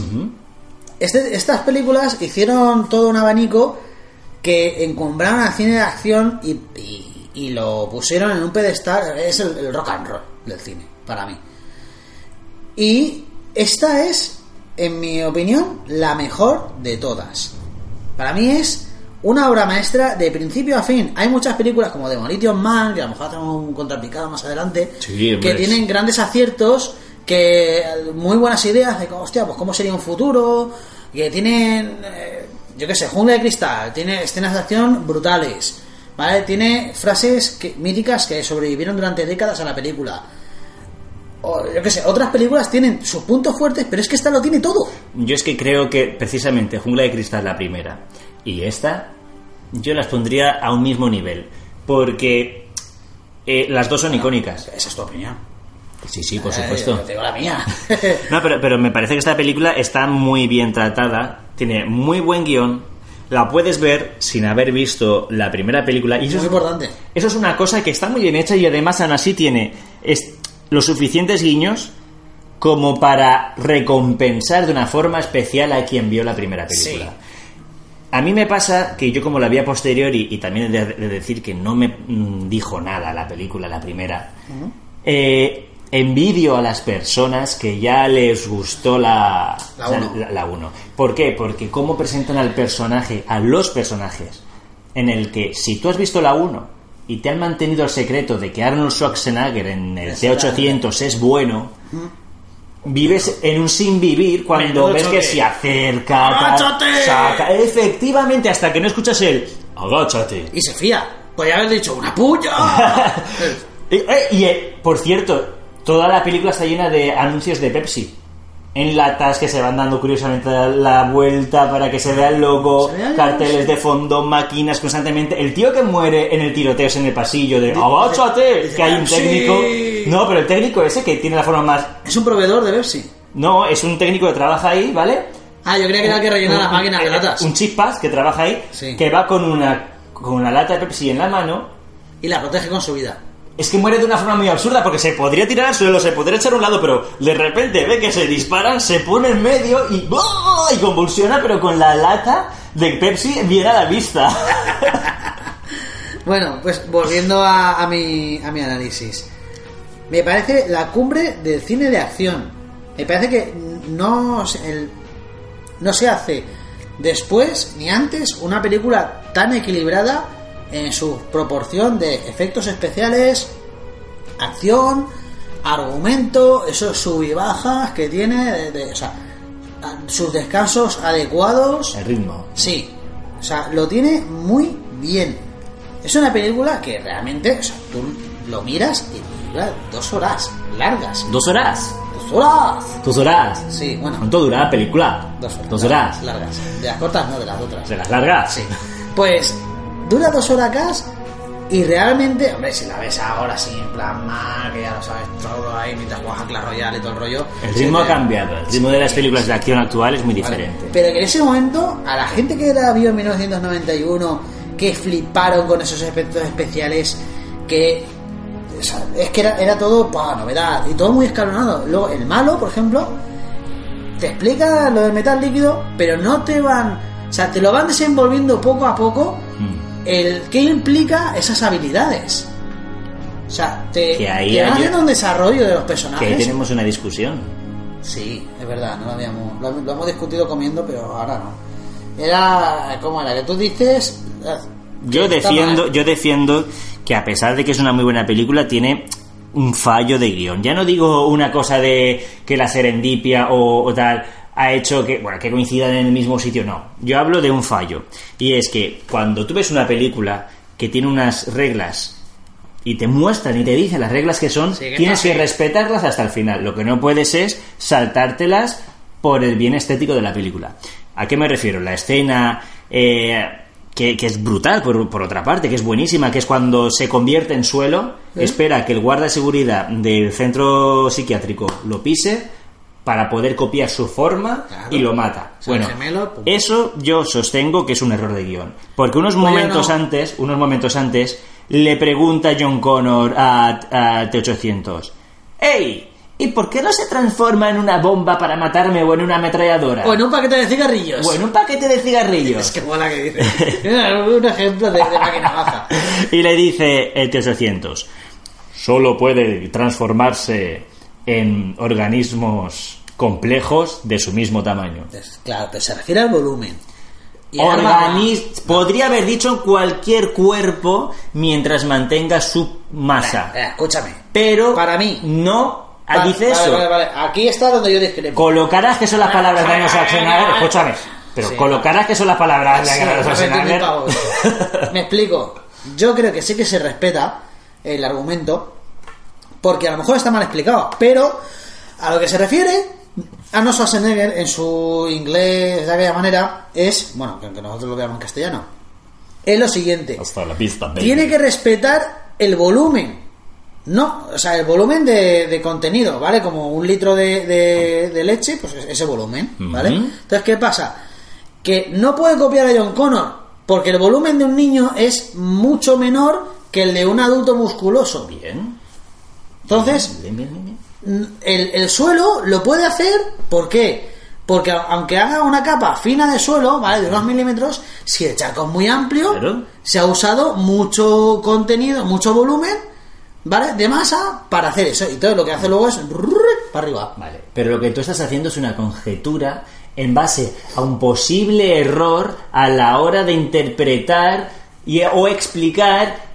A: este- estas películas hicieron todo un abanico que encumbraron al cine de acción y, y- y lo pusieron en un pedestal. Es el, el rock and roll del cine, para mí. Y esta es, en mi opinión, la mejor de todas. Para mí es una obra maestra de principio a fin. Hay muchas películas como Demolition Man, que a lo mejor hacemos un contrapicado más adelante,
B: Sí, hombre,
A: que
B: es-
A: tienen grandes aciertos, que muy buenas ideas de, hostia, pues cómo sería un futuro, que tienen, eh, yo qué sé, jungla de cristal, tiene escenas de acción brutales, ¿vale? Tiene frases que- míticas que sobrevivieron durante décadas a la película. O, yo qué sé, otras películas tienen sus puntos fuertes, pero es que esta lo tiene todo.
B: Yo es que creo que precisamente Jungla de Cristal la primera y esta yo las pondría a un mismo nivel porque eh, las dos son icónicas.
A: Esa es tu opinión.
B: Sí, sí, por
A: Eh,
B: supuesto.
A: yo te digo la mía.
B: No, pero, pero me parece que esta película está muy bien tratada, tiene muy buen guión, la puedes ver sin haber visto la primera película. Y eso
A: Eso es importante.
B: Eso es una cosa que está muy bien hecha y además aún así tiene es- los suficientes guiños como para recompensar de una forma especial a quien vio la primera película.
A: Sí.
B: A mí me pasa que yo como la vi a posteriori y también he de, de decir que no me mm, dijo nada la película, la primera, eh, envidio a las personas que ya les gustó la
A: La uno.
B: la- la uno. ¿Por qué? Porque cómo presentan al personaje, a los personajes, en el que si tú has visto la 1 y te han mantenido el secreto de que Arnold Schwarzenegger en el T800 es bueno,
A: Mm.
B: vives en un sin vivir cuando
A: Menudo
B: ves
A: choque.
B: que se acerca, tal,
A: ¡Agáchate!
B: saca- efectivamente, hasta que no escuchas el agáchate.
A: Y se fía. Podría haber dicho una puya.
B: Y, eh, y, eh, por cierto, toda la película está llena de anuncios de Pepsi. En latas que se van dando curiosamente la vuelta para que se vea el logo,
A: Se vea el
B: carteles
A: logo,
B: de fondo, máquinas constantemente. El tío que muere en el tiroteo es en el pasillo de
A: dice-
B: ¡Agáchate!
A: dice,
B: Que hay un
A: "Pepsi".
B: técnico. No, pero el técnico ese que tiene la forma más.
A: es un proveedor de Pepsi.
B: No, es un técnico que trabaja ahí, ¿vale?
A: Ah, yo creía que era el que rellenaba las
B: Un-
A: máquinas de
B: eh,
A: latas.
B: Un chispas que trabaja ahí,
A: Sí.
B: que va con una, con una lata de Pepsi en la mano
A: Y la protege con su vida.
B: es que muere de una forma muy absurda porque se podría tirar al suelo, se podría echar a un lado, pero de repente ve que se disparan, se pone en medio y, ¡buah! y convulsiona, pero con la lata de Pepsi viene a la vista.
A: Bueno, pues volviendo a, a mi, a mi análisis. Me parece la cumbre del cine de acción. Me parece que no, se- el- no se hace después ni antes una película tan equilibrada en su proporción de efectos especiales, acción, argumento, esos sub y bajas que tiene, de- de- o sea, a- sus descansos adecuados.
B: El ritmo.
A: Sí, o sea, lo tiene muy bien. Es una película que realmente, o sea, tú lo miras y dura dos horas largas.
B: Dos horas.
A: ¡Dos horas!
B: Dos horas.
A: Sí, bueno,
B: ¿Cuánto durará la película?
A: dos horas.
B: Dos horas.
A: Largas. De las cortas, no de las otras.
B: ¿De las largas?
A: Sí. Pues dura dos horas gas y realmente, hombre, si la ves ahora así en plan mal, que ya lo sabes todo ahí mientras juegas a Clash Royale y todo el rollo.
B: El ritmo
A: se
B: ha
A: te-
B: cambiado. El ritmo de las películas de acción actual es muy
A: Vale.
B: diferente.
A: Pero que en ese momento, a la gente que la vio en 1991, que fliparon con esos efectos especiales, que. o sea, es que era, era todo pa, novedad y todo muy escalonado. Luego, el malo, por ejemplo, te explica lo del metal líquido, pero no te van. O sea, te lo van desenvolviendo poco a poco
B: Mm.
A: el qué implica esas habilidades. O sea, te,
B: Que ahí
A: te van
B: hay-
A: haciendo un desarrollo de los
B: Que ahí
A: personajes.
B: tenemos una discusión.
A: Sí, es verdad, no lo habíamos. Lo, lo hemos discutido comiendo, pero ahora no. Era. ¿Cómo era? Que tú dices. eh,
B: Yo
A: está
B: defiendo,
A: mal.
B: yo defiendo que a pesar de que es una muy buena película, tiene un fallo de guión. Ya no digo una cosa de que la serendipia o, o tal ha hecho que, bueno, que coincidan en el mismo sitio, no. Yo hablo de un fallo. Y es que cuando tú ves una película que tiene unas reglas y te muestran y te dicen las reglas que son,
A: Sí, que
B: tienes
A: no,
B: que
A: sí.
B: respetarlas hasta el final. Lo que no puedes es saltártelas por el bien estético de la película. ¿A qué me refiero? La escena eh, que, que es brutal, por, por otra parte, que es buenísima, que es cuando se convierte en suelo, espera que el guarda de seguridad del centro psiquiátrico lo pise para poder copiar su forma
A: Claro.
B: y lo mata.
A: O sea,
B: Bueno,
A: gemelo, pum.
B: eso yo sostengo que es un error de guión. Porque unos
A: Bueno.
B: momentos antes, unos momentos antes, le pregunta John Connor a, a T-800, ¡Ey! ¿Y por qué no se transforma en una bomba para matarme o en una ametralladora?
A: O en un paquete de cigarrillos.
B: O en un paquete de cigarrillos.
A: Es que mola que dices. Era un ejemplo de, de máquina baja.
B: y le dice el T-800, solo puede transformarse en organismos complejos de su mismo tamaño.
A: Entonces, Pues, claro, pero se refiere al volumen. Y al
B: Organis- podría haber dicho cualquier cuerpo mientras mantenga su masa.
A: arma- Eh, escúchame.
B: Pero
A: Para mí.
B: no ah,
A: Vale,
B: dice eso.
A: Vale, Ah, vale, vale. Aquí está donde yo discrepo.
B: Colocarás que son las palabras de anglo-saxonas. Escúchame. Pero
A: Sí.
B: colocarás que son las palabras de
A: Sí,
B: anglo-saxonas.
A: me explico. Me explico. Yo creo que sí que se respeta el argumento, porque a lo mejor está mal explicado, pero a lo que se refiere Arnold Schwarzenegger en su inglés de aquella manera es, bueno, que aunque nosotros lo veamos en castellano, es lo siguiente.
B: Hasta la pista, baby.
A: Tiene que respetar el volumen. No, o sea, el volumen de, de contenido, ¿vale? Como un litro de, de- de leche, pues es- ese volumen, ¿vale?
B: Ujú.
A: Entonces, ¿qué pasa? Que no puede copiar a John Connor, porque el volumen de un niño es mucho menor que el de un adulto musculoso.
B: Bien.
A: Entonces,
B: Bien, bien, bien, bien.
A: el, el suelo lo puede hacer, ¿por qué? Porque a- aunque haga una capa fina de suelo, ¿vale? De unos milímetros, si el charco es muy amplio,
B: Claro.
A: se ha usado mucho contenido, mucho volumen, ¿vale? De masa para hacer eso. Y todo lo que hace luego es rrrr para arriba.
B: Vale, pero lo que tú estás haciendo es una conjetura en base a un posible error a la hora de interpretar y, o explicar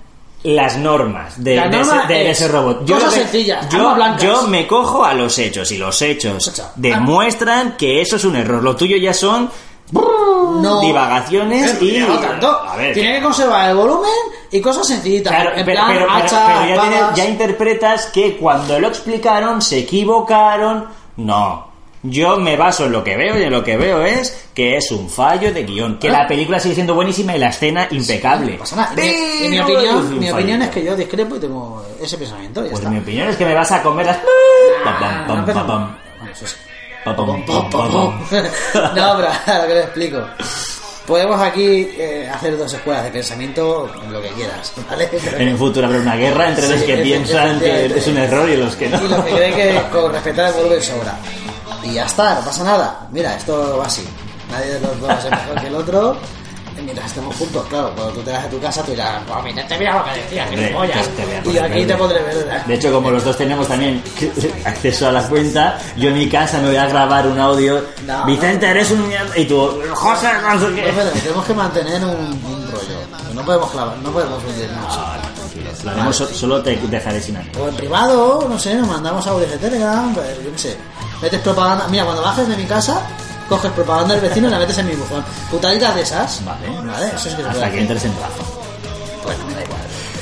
B: las normas de,
A: La
B: de
A: norma
B: ese, de
A: es
B: ese robot.
A: cosas
B: lo que-
A: sencillas,
B: yo,
A: armas blancas.
B: yo me cojo a los hechos y los hechos
A: Escucha,
B: demuestran que eso es un error. Lo tuyo ya son
A: No.
B: divagaciones
A: Eh,
B: y...
A: no tanto.
B: A ver,
A: Tiene que conservar el volumen y cosas sencillitas.
B: Claro,
A: en
B: pero,
A: plan,
B: pero- pero-
A: hacha,
B: pero ya, tienes-
A: espadas.
B: ya interpretas que cuando lo explicaron se equivocaron. No. Yo me baso en lo que veo y en lo que veo es que es un fallo de guión. Que
A: Ah.
B: la película sigue siendo buenísima y la escena impecable.
A: No pasa nada. Y mi- y mi
B: Pero es
A: opinión,
B: un
A: mi
B: fallo.
A: opinión es que yo discrepo y tengo ese pensamiento. Ya
B: Pues
A: está. Ah,
B: mi opinión es que me vas a comer las... Pam, pam,
A: no
B: pam, pam,
A: empezamos.
B: pam.
A: Bueno, eso sí.
B: Pam, pam,
A: Pum, pum,
B: pam, pam,
A: pum.
B: pam.
A: no, pero ahora que lo explico. Podemos aquí eh, hacer dos escuelas de pensamiento, lo que quieras, ¿vale?
B: En un futuro habrá una guerra entre los
A: Sí,
B: que
A: efe-
B: piensan que
A: efectivamente.
B: es un error y los que no.
A: Y los que creen que con respetar el volumen sobra. Y ya está, no pasa nada. Mira, esto va así. Nadie de los dos es mejor que el otro. Y Mientras estemos juntos, claro, cuando tú te vas a tu casa, tú dirás, "Buah, mira, te mira lo que decía, que
B: Hombre,
A: pollas".
B: pues te voy a
A: Y
B: poner
A: aquí te
B: verde.
A: podré ver.
B: De hecho, como los dos tenemos también acceso a la cuenta, yo en mi casa me voy a grabar un audio.
A: No.
B: Vicente, eres un mierda. Y tú, José, no sé qué.
A: Pues, bueno, tenemos que mantener un, un rollo. No no podemos clavar, no podemos vender mucho.
B: Ah, tranquilo. Lo haremos, so- solo te dejaré sin ánimo.
A: O en privado, no sé, nos mandamos audios de Telegram, pues, yo qué sé. Metes propaganda. Mira, cuando bajes de mi casa, coges propaganda del vecino y la metes en mi buzón. Putaditas de esas.
B: Vale. pues,
A: Vale, eso es que se puede
B: Hasta que
A: hacer.
B: entres en plazo. Bueno, me da igual.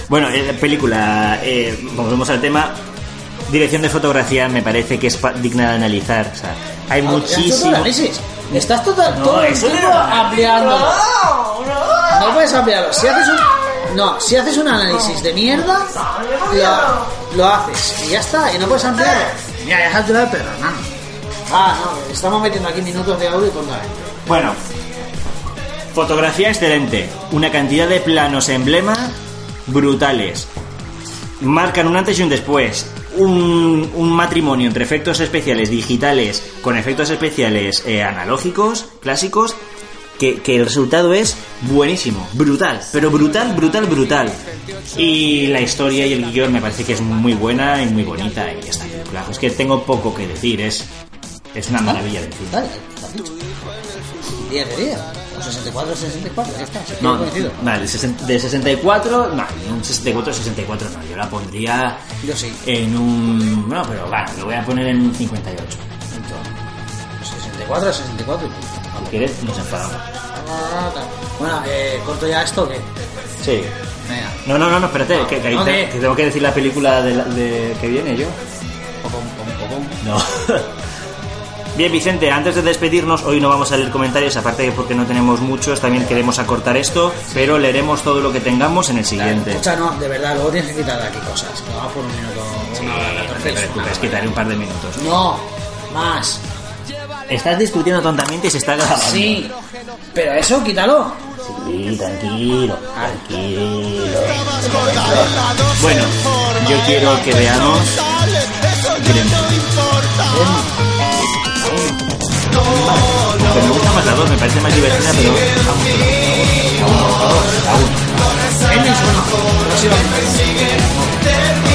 B: Bueno, eh, película, eh, volvemos al tema. Dirección de fotografía me parece que es pa- digna de analizar. O sea, hay
A: Ah, has hecho todo el
B: muchísimo.
A: análisis. Estás total,
B: No,
A: todo el
B: eso no
A: tiempo
B: era análisis.
A: ampliando. No puedes ampliarlo. Si haces un, no, si haces un análisis de mierda, lo, lo haces. Y ya está, y no puedes ampliarlo. Mira, dejad de perro, hermano. Ah, no, estamos metiendo aquí minutos de audio con la gente.
B: Bueno, fotografía excelente. Una cantidad de planos emblema brutales. Marcan un antes y un después. Un, un matrimonio entre efectos especiales digitales con efectos especiales eh, analógicos, clásicos, que, que el resultado es buenísimo, brutal, pero brutal, brutal, brutal. Y la historia y el guión me parece que es muy buena y muy bonita. Y esta película, es que tengo poco que decir, es, es una maravilla de cine.
A: Dale, lo has dicho. 10 de 10. O 64, 64, ya está.
B: No,
A: coincido.
B: vale, sesen- de 64, no, un 64, 64 no, yo la pondría
A: Yo sí.
B: en un... No, pero bueno, lo voy a poner en un 58.
A: Entonces, 64, 64 y punto. Ah,
B: Si quieres, nos enfadamos.
A: Bueno, eh, corto ya esto que.
B: Sí.
A: Venga.
B: No, no, no, no espérate, que, que ahí
A: ¿Dónde?
B: te- que tengo que decir la película de, la- de- que viene yo.
A: Pom, pom, pom, pom.
B: No. Bien, Vicente, antes de despedirnos, hoy no vamos a leer comentarios, aparte que porque no tenemos muchos, también queremos acortar esto, pero leeremos todo lo que tengamos en el siguiente.
A: Escucha, no, de verdad, luego tienes que quitar de aquí cosas. que Vamos por un minuto. una hora,
B: No te
A: perfecto,
B: preocupes,
A: nada.
B: quitaré un par de minutos.
A: No, más.
B: Estás discutiendo tontamente y se está grabando.
A: Sí, pero eso quítalo.
B: Sí, tranquilo, tranquilo. Bueno, yo quiero que veamos. Pero me gusta más la dos, me parece más divertida, pero. aún, aún, aún, aún.
A: N es uno, próximamente.